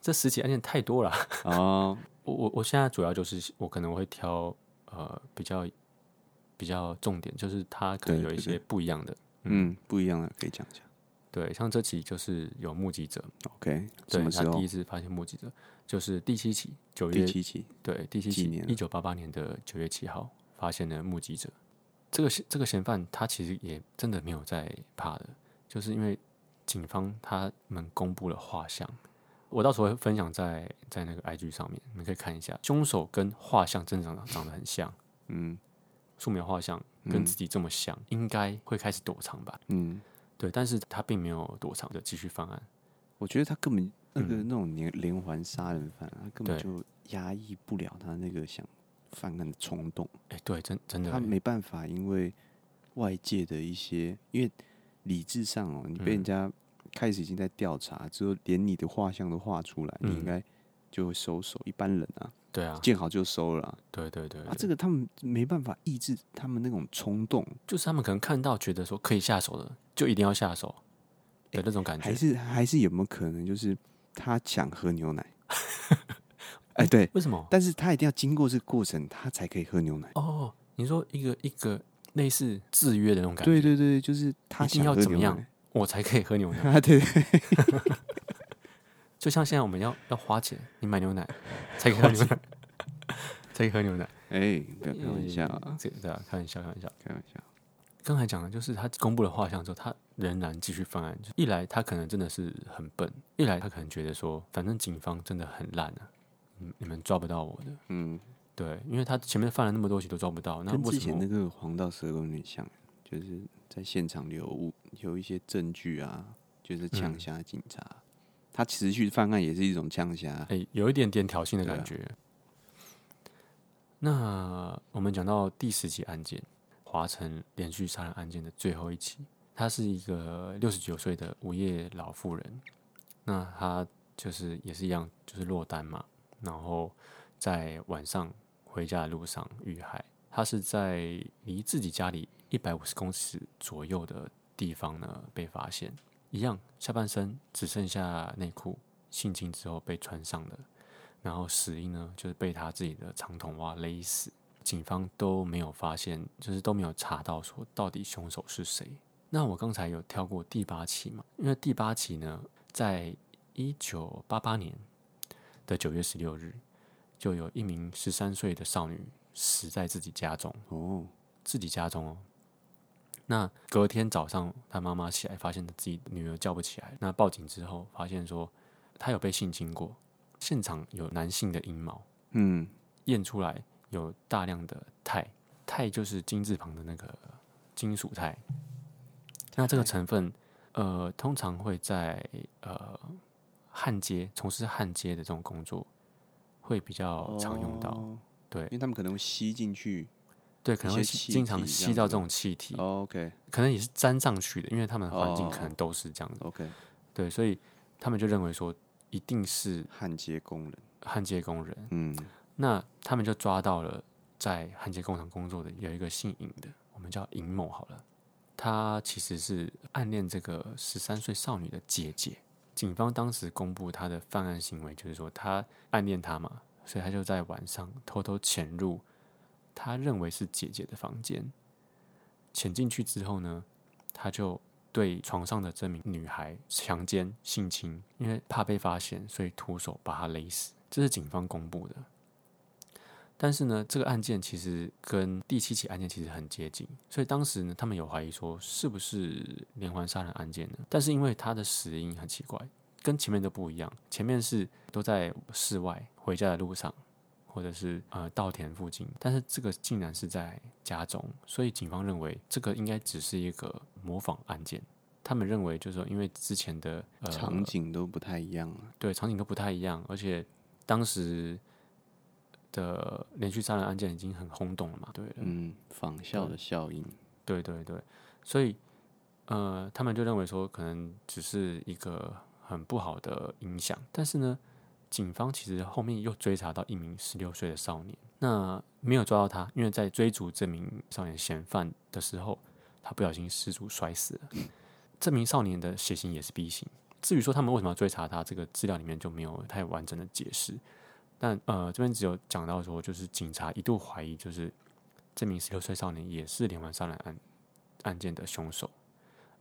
Speaker 2: 这十起案件太多了。
Speaker 1: 哦，
Speaker 2: 我我我现在主要就是我可能我会挑呃比较比较重点，就是它可能
Speaker 1: 对
Speaker 2: 有一
Speaker 1: 对
Speaker 2: 些不一样的。
Speaker 1: 嗯，不一样了，可以讲一下。
Speaker 2: 对，像这期就是有目击者，
Speaker 1: OK，什
Speaker 2: 对
Speaker 1: 么
Speaker 2: 他
Speaker 1: 时
Speaker 2: 第
Speaker 1: 候
Speaker 2: 一？次发现目击者，就是第七起九
Speaker 1: 第
Speaker 2: 月
Speaker 1: 七期。
Speaker 2: 对，第七
Speaker 1: 几
Speaker 2: 期
Speaker 1: 年
Speaker 2: 一九八八年的九月七号发现了目击者。这个嫌这个嫌犯他其实也真的没有在怕的，就是因为警方他们公布了画像，我到时候会分享在在那个 IG 上面，你们可以看一下。凶手跟画像真的长得长得很像，
Speaker 1: 嗯
Speaker 2: 素描画像跟自己这么像，应该会开始躲藏吧？
Speaker 1: 嗯，
Speaker 2: 对，但是他并没有躲藏的继续犯案。
Speaker 1: 我觉得他根本那个
Speaker 2: 嗯
Speaker 1: 那种连连环杀人犯，啊他根本
Speaker 2: 对
Speaker 1: 就压抑不了他那个想犯案的冲动，
Speaker 2: 哎、对，真真的
Speaker 1: 他
Speaker 2: 欸，
Speaker 1: 没办法，因为外界的一些，因为理智上哦，你被人家开始已经在调查之后，连你的画像都画出来，你
Speaker 2: 嗯
Speaker 1: 应该就会收手。一般人啊，
Speaker 2: 对啊，
Speaker 1: 见好就收了啊、
Speaker 2: 对对对
Speaker 1: 啊，这
Speaker 2: 个
Speaker 1: 个他们没办法抑制他们那种冲动，
Speaker 2: 就是他们可能看到觉得说可以下手的，就一定要下手的那种感觉。
Speaker 1: 还是还是有没有可能就是他想喝牛 奶？哎，对，
Speaker 2: 为什么？
Speaker 1: 但是他一定要经过这个过程，他才可以喝牛奶。
Speaker 2: 哦，你说一个一个类似制约的那种感觉，
Speaker 1: 对对对，就是他
Speaker 2: 一定
Speaker 1: 想
Speaker 2: 要
Speaker 1: 喝
Speaker 2: 怎么
Speaker 1: 牛
Speaker 2: 样
Speaker 1: 奶。，
Speaker 2: 我才可以喝牛奶。
Speaker 1: 啊， 对，
Speaker 2: 就像现在我们要要花钱，你买 牛奶才可以喝牛奶，才可以喝牛奶。
Speaker 1: 哎，不要开玩笑啊，
Speaker 2: 这对啊，开玩笑，开玩笑。
Speaker 1: 开玩笑。
Speaker 2: 刚才讲的就是他公布了画像之后，他仍然继续犯案。就一来他可能真的是很笨，一来他可能觉得说，反正警方真的很烂啊，嗯，你们抓不到我的。
Speaker 1: 嗯，
Speaker 2: 对，因为他前面犯了那么多起都抓不到，那
Speaker 1: 跟
Speaker 2: 为
Speaker 1: 之
Speaker 2: 什
Speaker 1: 前
Speaker 2: 么
Speaker 1: 那？个黄道十二宫有点像，就是在现场留物有一些证据啊，就是枪
Speaker 2: 嗯
Speaker 1: 杀警察。他持续犯案也是一种枪杀。
Speaker 2: 哎、有一点点挑衅的
Speaker 1: 对啊
Speaker 2: 感觉。那我们讲到第十起案件，华晨连续杀人案件的最后一起，她是一个六十九岁的无业老妇人，那她就是也是一样，就是落单嘛，然后在晚上回家的路上遇害。她是在离自己家里一百五十公尺左右的地方呢被发现，一样下半身只剩下内裤，性侵之后被穿上的，然后死因呢就是被他自己的长筒袜勒死。警方都没有发现，就是都没有查到说到底凶手是谁。那我刚才有跳过第八起嘛，因为第八起呢，在一九八八年的九月十六日，就有一名十三岁的少女死在自己家中。
Speaker 1: 哦，
Speaker 2: 自己家中哦。那隔天早上，他妈妈起来发现自己女儿叫不起来，那报警之后发现说她有被性侵过，现场有男性的阴毛，
Speaker 1: 嗯，
Speaker 2: 验出来有大量的钛，钛就是金字旁的那个金属钛。那这个成分，呃，通常会在呃焊接从事焊接的这种工作会比较常用到，
Speaker 1: 哦
Speaker 2: 对
Speaker 1: 因为他们可能会吸进去。
Speaker 2: 对，可能会
Speaker 1: 一些气
Speaker 2: 经常
Speaker 1: 体这
Speaker 2: 吸
Speaker 1: 样
Speaker 2: 到
Speaker 1: 子
Speaker 2: 这种气体，
Speaker 1: 哦 OK
Speaker 2: 可能也是粘上去的，因为他们的环境
Speaker 1: 哦
Speaker 2: 可能都是这样子，
Speaker 1: OK，
Speaker 2: 对，所以他们就认为说一定是
Speaker 1: 焊接工人。
Speaker 2: 焊接工人。
Speaker 1: 嗯，
Speaker 2: 那他们就抓到了在焊接工厂工作的有一个姓尹的，我们叫尹某好了。他其实是暗恋这个十三岁少女的姐姐。警方当时公布他的犯案行为，就是说他暗恋她嘛，所以他就在晚上偷偷潜入他认为是姐姐的房间。潜进去之后呢，他就对床上的这名女孩强奸、性侵，因为怕被发现，所以徒手把她勒死。这是警方公布的。但是呢，这个案件其实跟第七起案件其实很接近，所以当时呢，他们有怀疑说是不是连环杀人案件呢？但是因为他的死因很奇怪，跟前面都不一样，前面是都在室外回家的路上，或者是呃稻田附近，但是这个竟然是在家中，所以警方认为这个应该只是一个模仿案件。他们认为就是说，因为之前的呃
Speaker 1: 场景都不太一样啊。
Speaker 2: 对，场景都不太一样，而且当时的连续杀人案件已经很轰动了嘛，对的，
Speaker 1: 嗯，仿效的效应。
Speaker 2: 对对对，所以呃，他们就认为说可能只是一个很不好的影响，但是呢，警方其实后面又追查到一名十六岁的少年，那没有抓到他，因为在追逐这名少年嫌犯的时候，他不小心失足摔死了。这名少年的血型也是 B 型。至于说他们为什么要追查他，这个资料里面就没有太完整的解释。但呃，这边只有讲到说，就是警察一度怀疑，就是这名十六岁少年也是连环杀人案案件的凶手，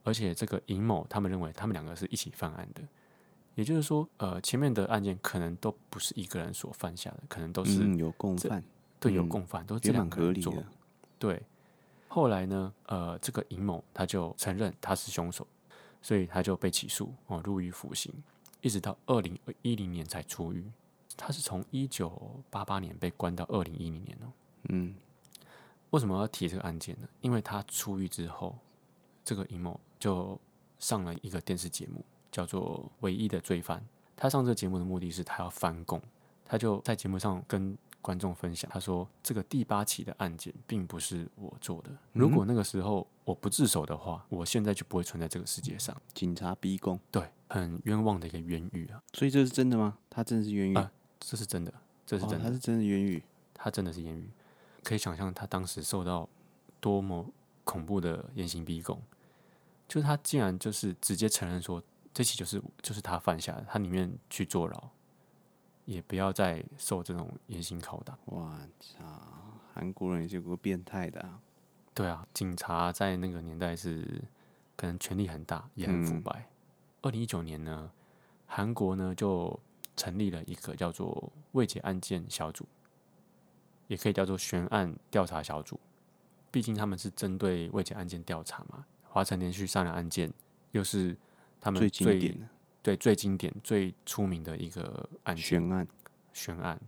Speaker 2: 而且这个尹某他们认为他们两个是一起犯案的，也就是说，呃，前面的案件可能都不是一个人所犯下的，可能都是、
Speaker 1: 嗯，有共
Speaker 2: 这
Speaker 1: 犯，
Speaker 2: 对有
Speaker 1: 嗯
Speaker 2: 共犯，都是
Speaker 1: 也
Speaker 2: 这
Speaker 1: 蛮
Speaker 2: 两个
Speaker 1: 合
Speaker 2: 人
Speaker 1: 理啊
Speaker 2: 做
Speaker 1: 的。
Speaker 2: 对，后来呢，呃，这个尹某他就承认他是凶手，所以他就被起诉哦，入狱服刑。一直到二零一零年才出狱。他是从一九八八年被关到二零一零年哦、
Speaker 1: 嗯，
Speaker 2: 为什么要提这个案件呢？因为他出狱之后，这个阴谋就上了一个电视节目，叫做《唯一的罪犯》。他上这个节目的目的是他要翻供，他就在节目上跟观众分享，他说：“这个第八起的案件并不是我做
Speaker 1: 嗯
Speaker 2: 的，如果那个时候我不自首的话，我现在就不会存在这个世界上。
Speaker 1: 警察逼供，”
Speaker 2: 对，很冤枉的一个冤狱啊！
Speaker 1: 所以这是真的吗？他真的是冤狱？
Speaker 2: 啊这是真的，这是
Speaker 1: 哦
Speaker 2: 真的。
Speaker 1: 他是真的冤狱。
Speaker 2: 他真的是言语，可以想象他当时受到多么恐怖的严刑逼供。就是他竟然就是直接承认说，这起就是就是他犯下的，他宁愿去坐牢，也不要再受这种严刑拷打。
Speaker 1: 哇操，韩国人也是有个变态的、啊，
Speaker 2: 对啊，警察在那个年代是可能权力很大，也很腐
Speaker 1: 嗯
Speaker 2: 败。二零一九年呢，韩国呢就成立了一个叫做未解案件小组，也可以叫做悬案调查小组。毕竟他们是针对未解案件调查嘛，华晨连续杀人案件又是他们
Speaker 1: 最经
Speaker 2: 最
Speaker 1: 典的
Speaker 2: 对最经典、最出名的一个案件。
Speaker 1: 悬案。
Speaker 2: 悬案，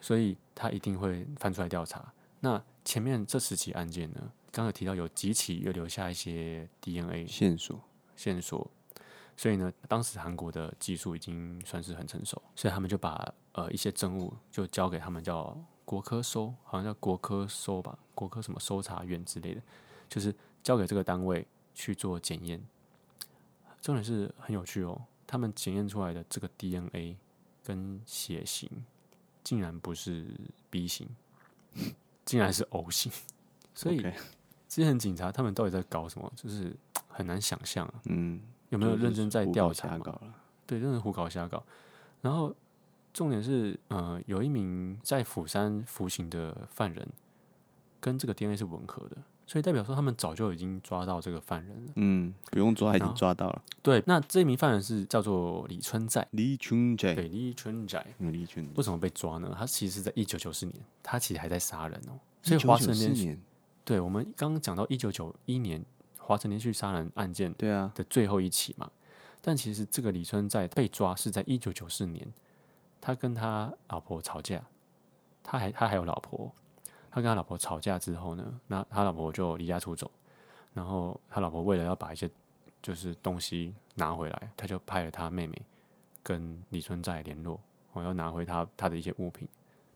Speaker 2: 所以他一定会翻出来调查。那前面这十起案件呢，刚刚有提到有几起又留下一些 DNA
Speaker 1: 线索，
Speaker 2: 线索，所以呢，当时韩国的技术已经算是很成熟，所以他们就把呃一些证物就交给他们叫国科搜，好像叫国科搜吧，国科什么搜查院之类的，就是交给这个单位去做检验。重点是很有趣哦，他们检验出来的这个 DNA 跟血型竟然不是 B 型，竟然是 O 型，所以
Speaker 1: OK，
Speaker 2: 之前警察他们到底在搞什么，就是很难想象啊。
Speaker 1: 嗯，
Speaker 2: 有没有
Speaker 1: 就是
Speaker 2: 认真在
Speaker 1: 胡
Speaker 2: 调
Speaker 1: 搞
Speaker 2: 查
Speaker 1: 瞎
Speaker 2: 嘛
Speaker 1: 搞了？
Speaker 2: 对，真的胡搞瞎搞。然后重点是，呃，有一名在釜山服刑的犯人跟这个 DNA 是吻合的，所以代表说他们早就已经抓到这个犯人了。
Speaker 1: 嗯，不用抓，已
Speaker 2: 然
Speaker 1: 经
Speaker 2: 后
Speaker 1: 抓到了。
Speaker 2: 对，那这名犯人是叫做李春在，
Speaker 1: 李春仔，
Speaker 2: 对，李春在
Speaker 1: 嗯，李春，
Speaker 2: 为什么被抓呢？他其实是在一九九四年，他其实还在杀人哦。所以华晨
Speaker 1: 1994
Speaker 2: 连续，
Speaker 1: 年，
Speaker 2: 对我们刚刚讲到一九九一年华晨连续杀人案件
Speaker 1: 对啊，
Speaker 2: 的最后一起嘛。但其实这个李春在被抓是在一九九四年，他跟他老婆吵架，他还他还有老婆，他跟他老婆吵架之后呢，那他老婆就离家出走，然后他老婆为了要把一些就是东西拿回来，他就派了他妹妹跟李春在联络，我要拿回他他的一些物品。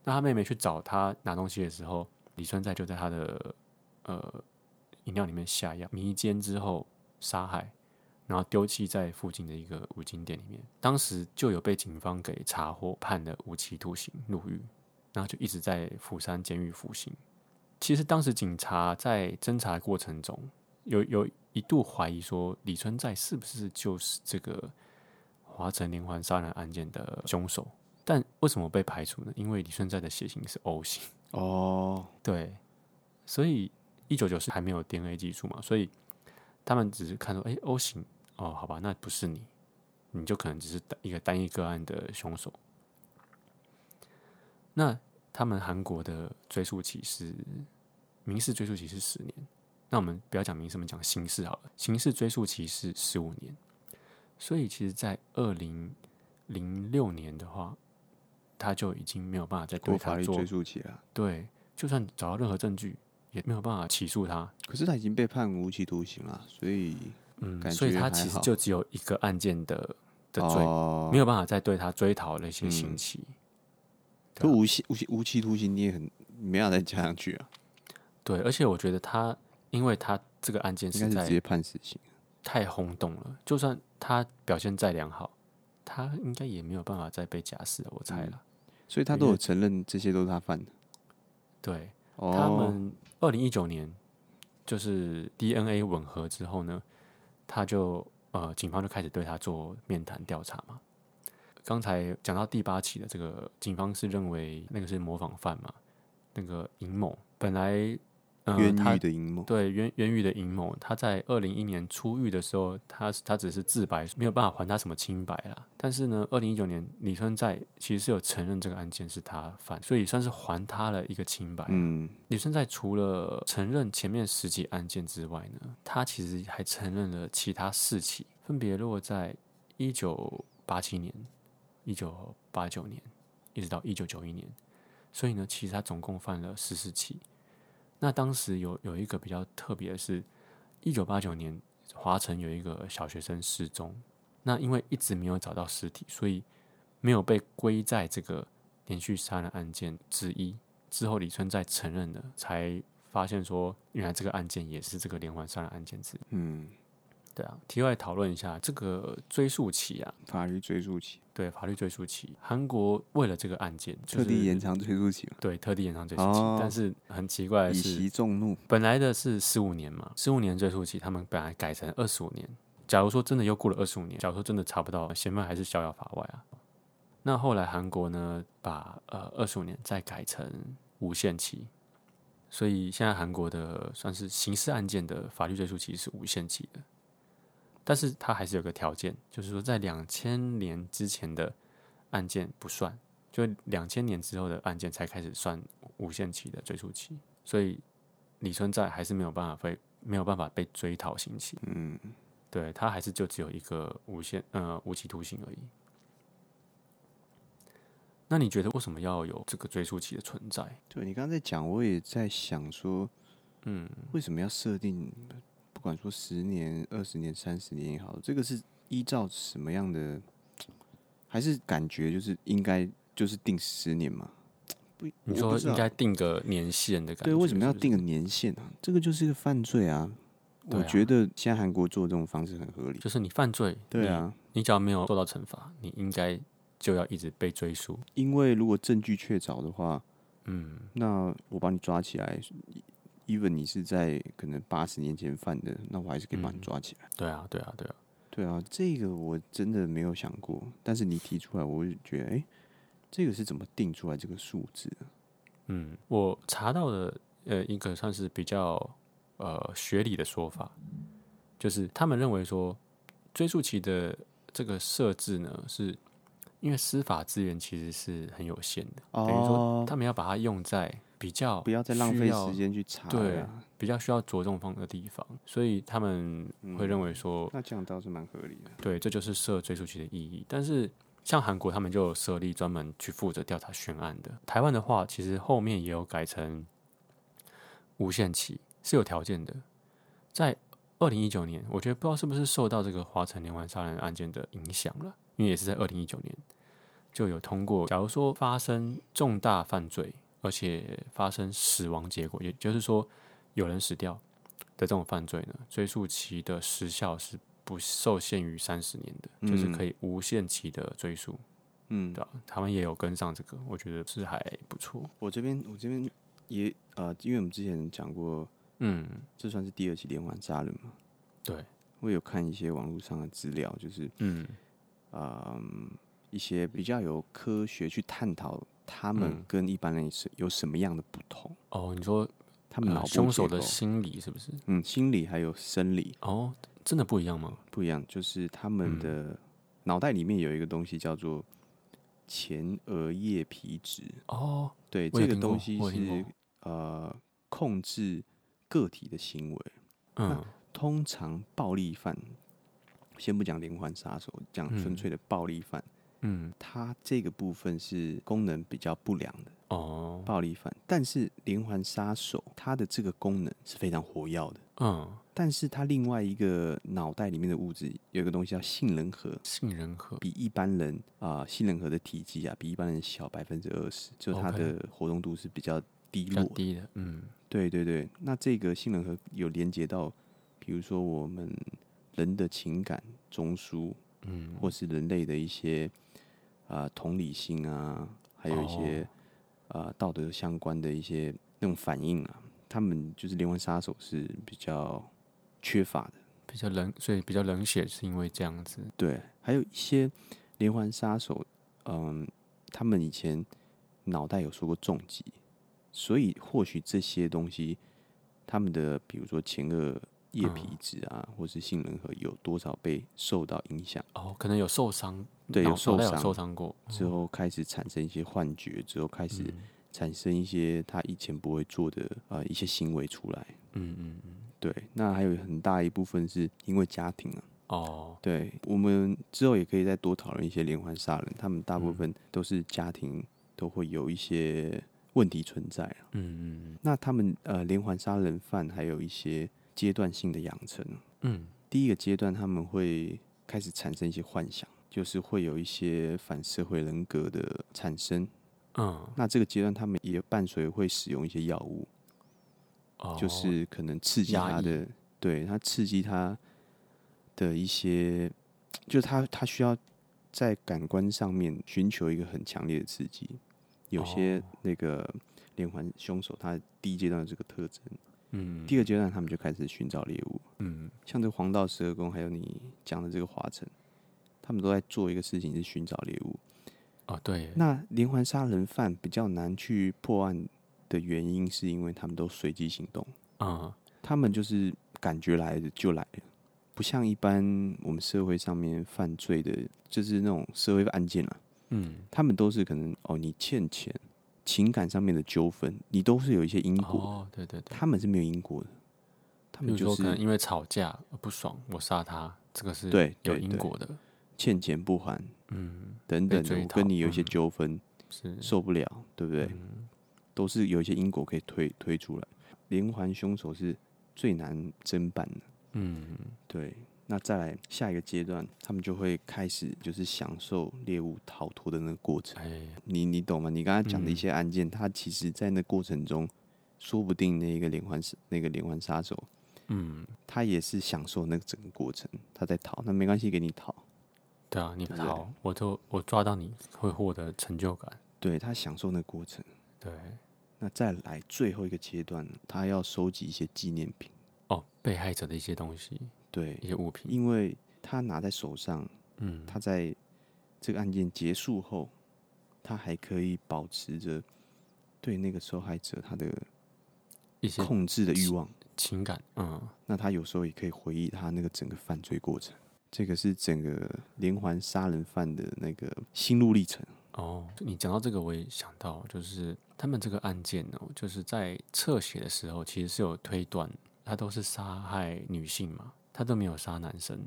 Speaker 2: 那他妹妹去找他拿东西的时候，李春在就在他的呃饮料里面下药，迷奸之后杀害，然后丢弃在附近的一个五金店里面。当时就有被警方给查获，判了无期徒刑入狱，然后就一直在釜山监狱服刑。其实当时警察在侦查过程中，有有一度怀疑说李春在是不是就是这个华城连环杀人案件的凶手，但为什么被排除呢？因为李春在的血型是 O 型。
Speaker 1: 哦，
Speaker 2: 对，所以一九九四还没有 DNA 技术嘛，所以他们只是看说，哎、o 型，哦，好吧，那不是你，你就可能只是单一个单一个案的凶手。那他们韩国的追诉期是民事追诉期是十年，那我们不要讲民事，我们讲刑事好了，刑事追诉期是十五年，所以其实，在二零零六年的话，他就已经没有办法再对
Speaker 1: 过法
Speaker 2: 他
Speaker 1: 律
Speaker 2: 做
Speaker 1: 追溯起了。
Speaker 2: 对，就算找到任何证据，也没有办法起诉他。
Speaker 1: 可是他已经被判无期徒刑了，所以
Speaker 2: 嗯，
Speaker 1: 感
Speaker 2: 所以
Speaker 1: 觉
Speaker 2: 他
Speaker 1: 还
Speaker 2: 其实
Speaker 1: 好
Speaker 2: 就只有一个案件的的罪，
Speaker 1: 哦
Speaker 2: 没有办法再对他追讨那些刑
Speaker 1: 嗯
Speaker 2: 期。啊
Speaker 1: 可无期无期无期徒刑你也很没法再加上去啊，
Speaker 2: 对，而且我觉得他，因为他这个案件
Speaker 1: 应该
Speaker 2: 实
Speaker 1: 是直接
Speaker 2: 在
Speaker 1: 判死刑。
Speaker 2: 太轰动了，就算他表现再良好，他应该也没有办法再被假释了，我猜
Speaker 1: 嗯
Speaker 2: 了。
Speaker 1: 所以他
Speaker 2: 因
Speaker 1: 都
Speaker 2: 为
Speaker 1: 有承认这些都是他犯的。
Speaker 2: 对，
Speaker 1: 哦，
Speaker 2: 他们二零一九年就是 DNA 吻合之后呢，他就呃，警方就开始对他做面谈调查嘛。刚才讲到第八起的这个，警方是认为那个是模仿犯嘛，那个阴谋本来呃
Speaker 1: 冤
Speaker 2: 他
Speaker 1: 狱的阴谋，
Speaker 2: 对冤冤狱的阴谋，他在二零一年出狱的时候，他他只是自白，没有办法还他什么清白啦。但是呢，二零一九年李春在其实是有承认这个案件是他犯，所以算是还他了一个清白。
Speaker 1: 嗯，
Speaker 2: 李春在除了承认前面十起案件之外呢，他其实还承认了其他四起，分别落在一九八七年、一九八九年，一直到一九九一年，所以呢，其实他总共犯了十四起。那当时有有一个比较特别的是，一九八九年华城有一个小学生失踪，那因为一直没有找到尸体，所以没有被归在这个连续杀人案件之一。之后李春在承认了，才发现说原来这个案件也是这个连环杀人案件之一。
Speaker 1: 嗯，
Speaker 2: 对啊，题外讨论一下这个追溯期啊，
Speaker 1: 法律追溯期，
Speaker 2: 对法律追溯期，韩国为了这个案件、就是、
Speaker 1: 特地延长追溯期嘛，
Speaker 2: 对特地延长追溯期，
Speaker 1: 哦
Speaker 2: 但是很奇怪的
Speaker 1: 以
Speaker 2: 是，
Speaker 1: 息众怒。
Speaker 2: 本来的是十五年嘛，十五年追溯期，他们本来改成二十五年。假如说真的又过了二十五年，假如说真的查不到，嫌犯还是逍遥法外啊。那后来韩国呢，把呃二十五年再改成无限期，所以现在韩国的算是刑事案件的法律追溯期是无限期的，但是它还是有个条件，就是说在两千年之前的案件不算，就两千年之后的案件才开始算无限期的追溯期，所以李春在还是没有办法被没有办法被追讨刑期，
Speaker 1: 嗯，
Speaker 2: 对他还是就只有一个无限呃无期徒刑而已。那你觉得为什么要有这个追溯期的存在？
Speaker 1: 对你刚才在讲，我也在想说，嗯，为什么要设定，不管说十年、二十年、三十年也好，这个是依照什么样的？还是感觉就是应该就是定十年嘛？不，
Speaker 2: 你
Speaker 1: 我
Speaker 2: 说
Speaker 1: 不知道
Speaker 2: 应该定个年限的感觉？
Speaker 1: 对，为什么要
Speaker 2: 是不是？
Speaker 1: 定个年限啊？这个就是一个犯罪啊！
Speaker 2: 对
Speaker 1: 我
Speaker 2: 啊
Speaker 1: 觉得现在韩国做这种方式很合理。
Speaker 2: 就是你犯罪，
Speaker 1: 对啊，
Speaker 2: 你，你只要没有受到惩罚，你应该就要一直被追溯。
Speaker 1: 因为如果证据确凿的话，
Speaker 2: 嗯，
Speaker 1: 那我把你抓起来，even 你是在可能八十年前犯的，那我还是可以把你
Speaker 2: 嗯
Speaker 1: 抓起来。
Speaker 2: 对啊，对啊，对啊，
Speaker 1: 对啊，这个我真的没有想过，但是你提出来，我就觉得，哎、这个是怎么定出来这个数字的？
Speaker 2: 嗯，我查到的呃一个算是比较呃学理的说法，就是他们认为说追溯期的这个设置呢，是因为司法资源其实是很有限的，等于说
Speaker 1: 哦
Speaker 2: 他们要把它用在比较
Speaker 1: 不要再浪
Speaker 2: 需
Speaker 1: 费
Speaker 2: 要
Speaker 1: 时、间去查
Speaker 2: 对
Speaker 1: 了啊。
Speaker 2: 比较需要着重放的地方，所以他们会认为说，
Speaker 1: 那这样倒是蛮合理的。
Speaker 2: 对，这就是设追溯期的意义。但是像韩国他们就有设立专门去负责调查悬案的。台湾的话，其实后面也有改成无限期，是有条件的。在二零一九年，我觉得不知道是不是受到这个华城连环杀人案件的影响了，因为也是在二零一九年就有通过，假如说发生重大犯罪，而且发生死亡结果，也就是说有人死掉的这种犯罪呢，追溯期的时效是不受限于三十年的，就是
Speaker 1: 嗯
Speaker 2: 可以无限期的追溯。
Speaker 1: 嗯，
Speaker 2: 对啊、他们也有跟上这个，我觉得是还不错。
Speaker 1: 我这边我这边也呃，因为我们之前讲过，
Speaker 2: 嗯，
Speaker 1: 这算是第二起连环杀人嘛？
Speaker 2: 对，
Speaker 1: 我有看一些网络上的资料，就是
Speaker 2: 嗯
Speaker 1: 嗯，一些比较有科学去探讨他们
Speaker 2: 嗯
Speaker 1: 跟一般人是有什么样的不同，
Speaker 2: 哦，你说
Speaker 1: 他们
Speaker 2: 呃
Speaker 1: 脑部
Speaker 2: 凶手
Speaker 1: 结
Speaker 2: 的
Speaker 1: 构
Speaker 2: 心理是不是？
Speaker 1: 嗯心理还有生理
Speaker 2: 哦，真的不一样吗？
Speaker 1: 不一样，就是他
Speaker 2: 嗯
Speaker 1: 们的脑袋里面有一个东西叫做前额叶皮质，
Speaker 2: 哦，
Speaker 1: 对
Speaker 2: 我有
Speaker 1: 这个
Speaker 2: 听过
Speaker 1: 东西
Speaker 2: 我有听
Speaker 1: 是
Speaker 2: 过
Speaker 1: 呃控制个体的行为。
Speaker 2: 嗯
Speaker 1: 通常暴力犯，先不讲连环杀手，讲纯粹的暴力犯，
Speaker 2: 嗯，
Speaker 1: 他这个部分是功能比较不良的
Speaker 2: 哦，
Speaker 1: 暴力犯，但是连环杀手他的这个功能是非常活跃的。
Speaker 2: 嗯，
Speaker 1: 但是他另外一个脑袋里面的物质有一个东西叫杏仁核，
Speaker 2: 杏仁核，
Speaker 1: 比一般人啊、杏仁核的体积啊比一般人小百分之二十，就它
Speaker 2: OK
Speaker 1: 的活动度是比较低
Speaker 2: 比较
Speaker 1: 落的。
Speaker 2: 低的，嗯
Speaker 1: 对对对，那这个杏仁核有连接到，比如说我们人的情感中枢，
Speaker 2: 嗯，
Speaker 1: 或是人类的一些啊、呃同理心啊，还有一些
Speaker 2: 哦
Speaker 1: 啊、呃道德相关的一些那种反应啊，他们就是连环杀手是比较缺乏的。
Speaker 2: 比较冷，所以比较冷血是因为这样子，
Speaker 1: 对，还有一些连环杀手，嗯，他们以前脑袋有受过重击，所以或许这些东西，他们的比如说前额
Speaker 2: 嗯
Speaker 1: 叶皮质啊，或是杏仁核有多少被受到影响，
Speaker 2: 哦，可能有受伤，
Speaker 1: 对
Speaker 2: 脑
Speaker 1: 有受
Speaker 2: 脑袋有
Speaker 1: 伤
Speaker 2: 受伤过，
Speaker 1: 之后开始产生一些幻觉，之后开始
Speaker 2: 嗯
Speaker 1: 产生一些他以前不会做的啊、呃一些行为出来。
Speaker 2: 嗯嗯嗯，
Speaker 1: 对，那还有很大一部分是因为家庭啊，
Speaker 2: 哦，
Speaker 1: 对，我们之后也可以再多讨论一些连环杀人，他们大部分都是家庭都会有一些问题存在啊
Speaker 2: 嗯嗯
Speaker 1: 那他们呃连环杀人犯还有一些阶段性的养成。啊
Speaker 2: 嗯
Speaker 1: 第一个阶段他们会开始产生一些幻想，就是会有一些反社会人格的产生。
Speaker 2: 嗯，
Speaker 1: 那这个阶段他们也伴随会使用一些药物，
Speaker 2: 哦，
Speaker 1: 就是可能刺激
Speaker 2: 压
Speaker 1: 他的，对他刺激他的一些，就是他他需要在感官上面寻求一个很强烈的刺激。有些
Speaker 2: 哦
Speaker 1: 那个连环凶手，他第一阶段的这个特征，
Speaker 2: 嗯
Speaker 1: 第二阶段他们就开始寻找猎物，
Speaker 2: 嗯
Speaker 1: 像这个黄道十二宫，还有你讲的这个华城，他们都在做一个事情是寻找猎物。
Speaker 2: 哦对，
Speaker 1: 那连环杀人犯比较难去破案的原因，是因为他们都随机行动。
Speaker 2: 嗯
Speaker 1: 他们就是感觉来的就来了，不像一般我们社会上面犯罪的，就是那种社会案件啊，
Speaker 2: 嗯
Speaker 1: 他们都是可能哦，你欠钱、情感上面的纠纷，你都是有一些因果的，
Speaker 2: 哦对对对，
Speaker 1: 他们是没有因果的，他
Speaker 2: 比
Speaker 1: 们
Speaker 2: 如
Speaker 1: 就
Speaker 2: 说可能
Speaker 1: 是
Speaker 2: 因为吵架而不爽，我杀他，这个是
Speaker 1: 对
Speaker 2: 有
Speaker 1: 对
Speaker 2: 因
Speaker 1: 对
Speaker 2: 果的，
Speaker 1: 欠钱不还
Speaker 2: 嗯
Speaker 1: 等等的，
Speaker 2: 被追
Speaker 1: 我跟
Speaker 2: 讨
Speaker 1: 你有一些
Speaker 2: 嗯
Speaker 1: 纠纷，
Speaker 2: 是
Speaker 1: 受不了，对不对？都是有一些因果可以推推出来，连环凶手是最难侦办的。
Speaker 2: 嗯
Speaker 1: 对，那再来下一个阶段，他们就会开始就是享受猎物逃脱的那个过程。
Speaker 2: 哎
Speaker 1: 你你懂吗？你刚才讲的一
Speaker 2: 嗯
Speaker 1: 些案件，他其实在那过程中，说不定那一个连环杀那个连环杀手，
Speaker 2: 嗯
Speaker 1: 他也是享受那个整个过程，他在逃，那没关系，给你逃。
Speaker 2: 对啊，你
Speaker 1: 对不对
Speaker 2: 逃我就我抓到你会获得成就感，
Speaker 1: 对他享受那个过程。
Speaker 2: 对
Speaker 1: 那再来最后一个阶段，他要收集一些纪念品。
Speaker 2: 哦，被害者的一些东西
Speaker 1: 对
Speaker 2: 一，些物品，
Speaker 1: 因为他拿在手上，
Speaker 2: 嗯
Speaker 1: 他在这个案件结束后，他还可以保持着对那个受害者他的
Speaker 2: 一些
Speaker 1: 控制的欲望。
Speaker 2: 情感，嗯
Speaker 1: 那他有时候也可以回忆他那个整个犯罪过程。这个是整个连环杀人犯的那个心路历程。
Speaker 2: 哦，就你讲到这个，我也想到，就是他们这个案件哦，就是在侧写的时候，其实是有推断，他都是杀害女性嘛，他都没有杀男生。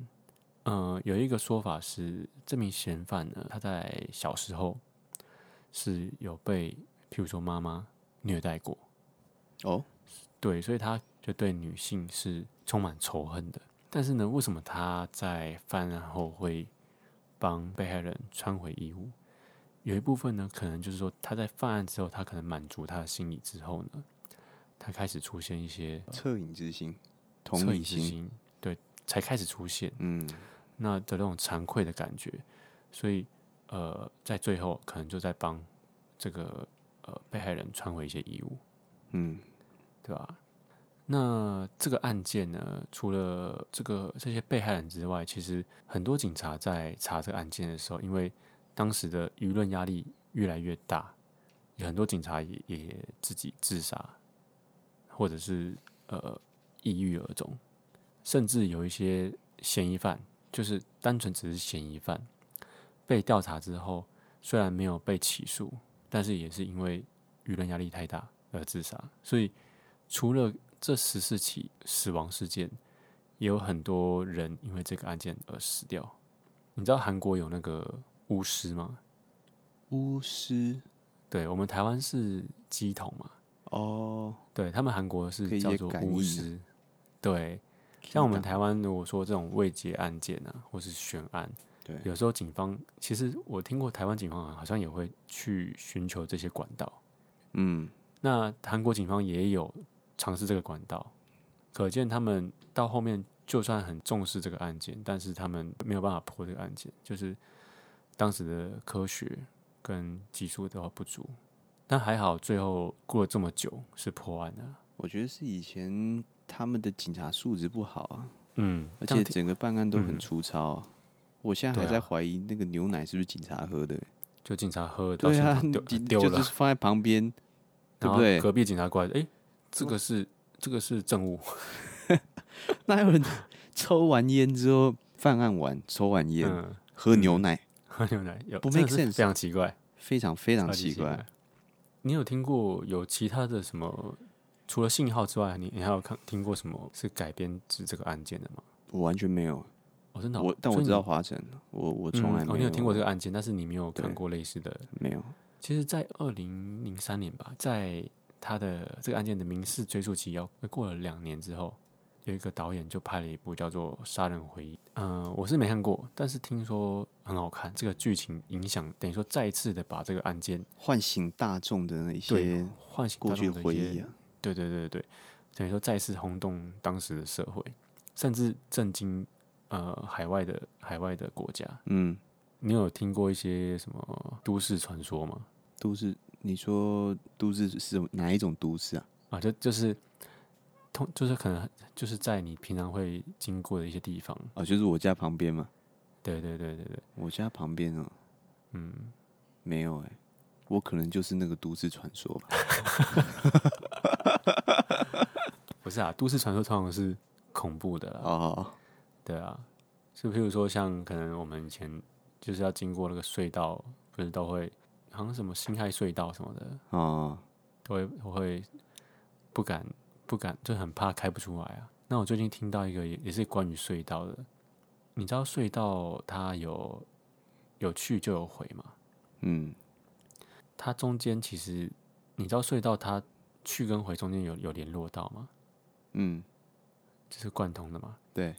Speaker 2: 呃，有一个说法是，这名嫌犯呢，他在小时候是有被，譬如说妈妈虐待过，
Speaker 1: 哦，
Speaker 2: 对，所以他就对女性是充满仇恨的。但是呢，为什么他在犯案后会帮被害人穿回衣物？有一部分呢，可能就是说他在犯案之后，他可能满足他的心理之后呢，他开始出现一些
Speaker 1: 恻隐之心，同
Speaker 2: 啊恻
Speaker 1: 理
Speaker 2: 隐之
Speaker 1: 心。
Speaker 2: 心，对，才开始出现
Speaker 1: 嗯，
Speaker 2: 那的那种惭愧的感觉。所以，呃，在最后可能就在帮这个呃被害人穿回一些衣物。
Speaker 1: 嗯，
Speaker 2: 对吧、那这个案件呢，除了这个这些被害人之外，其实很多警察在查这个案件的时候，因为当时的舆论压力越来越大，有很多警察也也自己自杀，或者是呃抑郁而终，甚至有一些嫌疑犯，就是单纯只是嫌疑犯，被调查之后虽然没有被起诉，但是也是因为舆论压力太大而自杀，所以。除了这十四起死亡事件，也有很多人因为这个案件而死掉。你知道韩国有那个巫师吗？
Speaker 1: 巫师
Speaker 2: 对我们台湾是鸡桶嘛，
Speaker 1: 哦，
Speaker 2: 对他们韩国
Speaker 1: 可以
Speaker 2: 是
Speaker 1: 也
Speaker 2: 叫做
Speaker 1: 感
Speaker 2: 巫
Speaker 1: 应
Speaker 2: 师。对，像我们台湾如果说这种未结案件啊，或是悬案，
Speaker 1: 对
Speaker 2: 有时候警方其实我听过台湾警方好像也会去寻求这些管道。
Speaker 1: 嗯，
Speaker 2: 那韩国警方也有尝试这个管道，可见他们到后面就算很重视这个案件，但是他们没有办法破这个案件，就是当时的科学跟技术都不足。但还好，最后过了这么久是破案的。
Speaker 1: 我觉得是以前他们的警察素质不好啊，
Speaker 2: 嗯，
Speaker 1: 而
Speaker 2: 这样
Speaker 1: 且
Speaker 2: 听
Speaker 1: 整个办案都很
Speaker 2: 嗯
Speaker 1: 粗糙、啊。我现在还
Speaker 2: 对啊
Speaker 1: 在怀疑那个牛奶是不是警察喝的、
Speaker 2: 就警察喝到
Speaker 1: 对
Speaker 2: 现
Speaker 1: 啊
Speaker 2: 场丢，
Speaker 1: 警
Speaker 2: 丢
Speaker 1: 就
Speaker 2: 了
Speaker 1: 是，放在旁边，对不
Speaker 2: 然后
Speaker 1: 对？
Speaker 2: 隔壁警察过来，哎，这个是这个是证物，
Speaker 1: 那有人 抽完烟之后犯案完，抽完烟、
Speaker 2: 嗯，
Speaker 1: 喝牛奶，
Speaker 2: 喝牛奶有
Speaker 1: 不
Speaker 2: 真的
Speaker 1: make
Speaker 2: 是
Speaker 1: sense
Speaker 2: 非常奇怪。
Speaker 1: 非常非常
Speaker 2: 超级
Speaker 1: 奇怪。。
Speaker 2: 你有听过有其他的什么？除了信号之外，你你还有看听过什么是改编自这个案件的吗？
Speaker 1: 我完全没有，
Speaker 2: 哦，哦，真的哦、
Speaker 1: 我但
Speaker 2: 所以
Speaker 1: 我
Speaker 2: 你
Speaker 1: 知道华晨，我我
Speaker 2: 嗯
Speaker 1: 从来没
Speaker 2: 哦，
Speaker 1: 有、
Speaker 2: 你有听过这个案件，但是你没有看
Speaker 1: 对
Speaker 2: 过类似的。
Speaker 1: 没有？
Speaker 2: 其实，在二零零三年吧，在他的这个案件的民事追诉期要呃过了两年之后，有一个导演就拍了一部叫做《杀人回忆》。嗯、我是没看过，但是听说很好看。这个剧情影响，等于说再一次的把这个案件
Speaker 1: 唤醒大众的那一
Speaker 2: 对
Speaker 1: 些
Speaker 2: 唤醒
Speaker 1: 过
Speaker 2: 大
Speaker 1: 去
Speaker 2: 众
Speaker 1: 的
Speaker 2: 的一
Speaker 1: 回
Speaker 2: 些
Speaker 1: 忆啊，
Speaker 2: 对对对对，等于说再次轰动当时的社会，甚至震惊呃海外的海外的国家。
Speaker 1: 嗯，
Speaker 2: 你有听过一些什么都市传说吗？
Speaker 1: 都市，你说都市是哪一种都市啊？
Speaker 2: 啊，就就是通就是可能就是在你平常会经过的一些地方。
Speaker 1: 哦，就是我家旁边嘛，
Speaker 2: 对对对对对，
Speaker 1: 我家旁边啊，
Speaker 2: 嗯，
Speaker 1: 没有哎、我可能就是那个都市传说 吧。
Speaker 2: 不是啊，都市传说通常是恐怖的啦。
Speaker 1: 哦，
Speaker 2: 对啊，就譬如说像可能我们以前就是要经过那个隧道，不是都会好像什么辛亥隧道什么的，
Speaker 1: 哦，
Speaker 2: 都会我会不敢不敢，就很怕开不出来啊。那我最近听到一个也也是关于隧道的，你知道隧道它有有去就有回嘛？
Speaker 1: 嗯，
Speaker 2: 它中间其实你知道隧道它去跟回中间有有联络到吗？
Speaker 1: 嗯，
Speaker 2: 这是贯通的嘛？
Speaker 1: 对，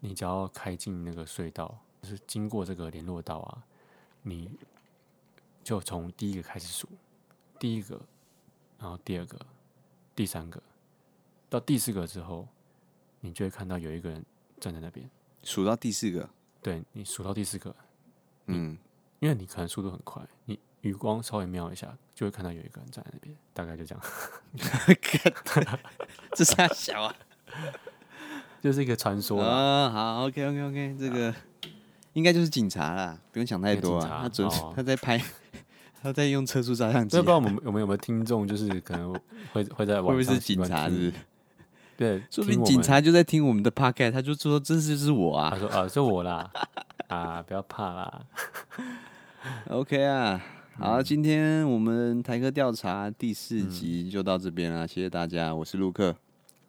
Speaker 2: 你只要开进那个隧道，就是经过这个联络道啊，你就从第一个开始数，第一个，然后第二个，第三个，到第四个之后，你就会看到有一个人站在那边。
Speaker 1: 数到第四个，
Speaker 2: 对你数到第四个，
Speaker 1: 嗯，
Speaker 2: 因为你可能速度很快，你余光稍微瞄一下，就会看到有一个人站在那边，大概就这样，
Speaker 1: 这啥小 啊？
Speaker 2: 就是一个传说啦。
Speaker 1: 啊、好，OK OK OK，这个应该就是警察啦，不用想太多
Speaker 2: 应
Speaker 1: 啊，
Speaker 2: 该警察
Speaker 1: 他准、
Speaker 2: 哦
Speaker 1: 他在拍， 他在用测速照相机
Speaker 2: 所
Speaker 1: 啊，
Speaker 2: 以不知道我们我们有没有听众，就是可能会会在
Speaker 1: 会不
Speaker 2: 晚
Speaker 1: 会
Speaker 2: 上
Speaker 1: 是
Speaker 2: 习
Speaker 1: 警
Speaker 2: 惯
Speaker 1: 察是
Speaker 2: 听
Speaker 1: 不是？
Speaker 2: 对，
Speaker 1: 说不
Speaker 2: 听
Speaker 1: 定
Speaker 2: 我
Speaker 1: 警
Speaker 2: 们
Speaker 1: 察就在听我们的 p o d c a s 他就说：“这是是我
Speaker 2: 他
Speaker 1: 啊
Speaker 2: 说啊，是我啦，啊，不要怕啦。
Speaker 1: ！”OK 啊，好，今天我们台科调查第四集就到这边啦，谢谢大家，我是陆克，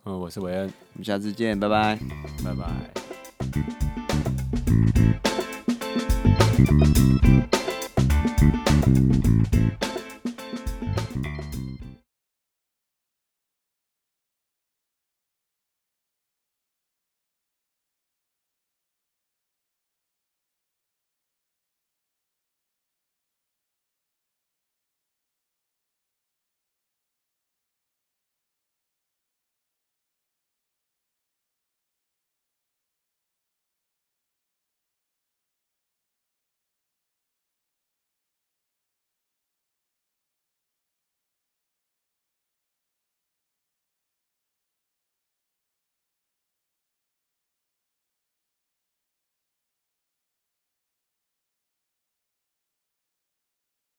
Speaker 2: 嗯，我是韦恩，
Speaker 1: 我们下次见，拜拜。
Speaker 2: 拜拜。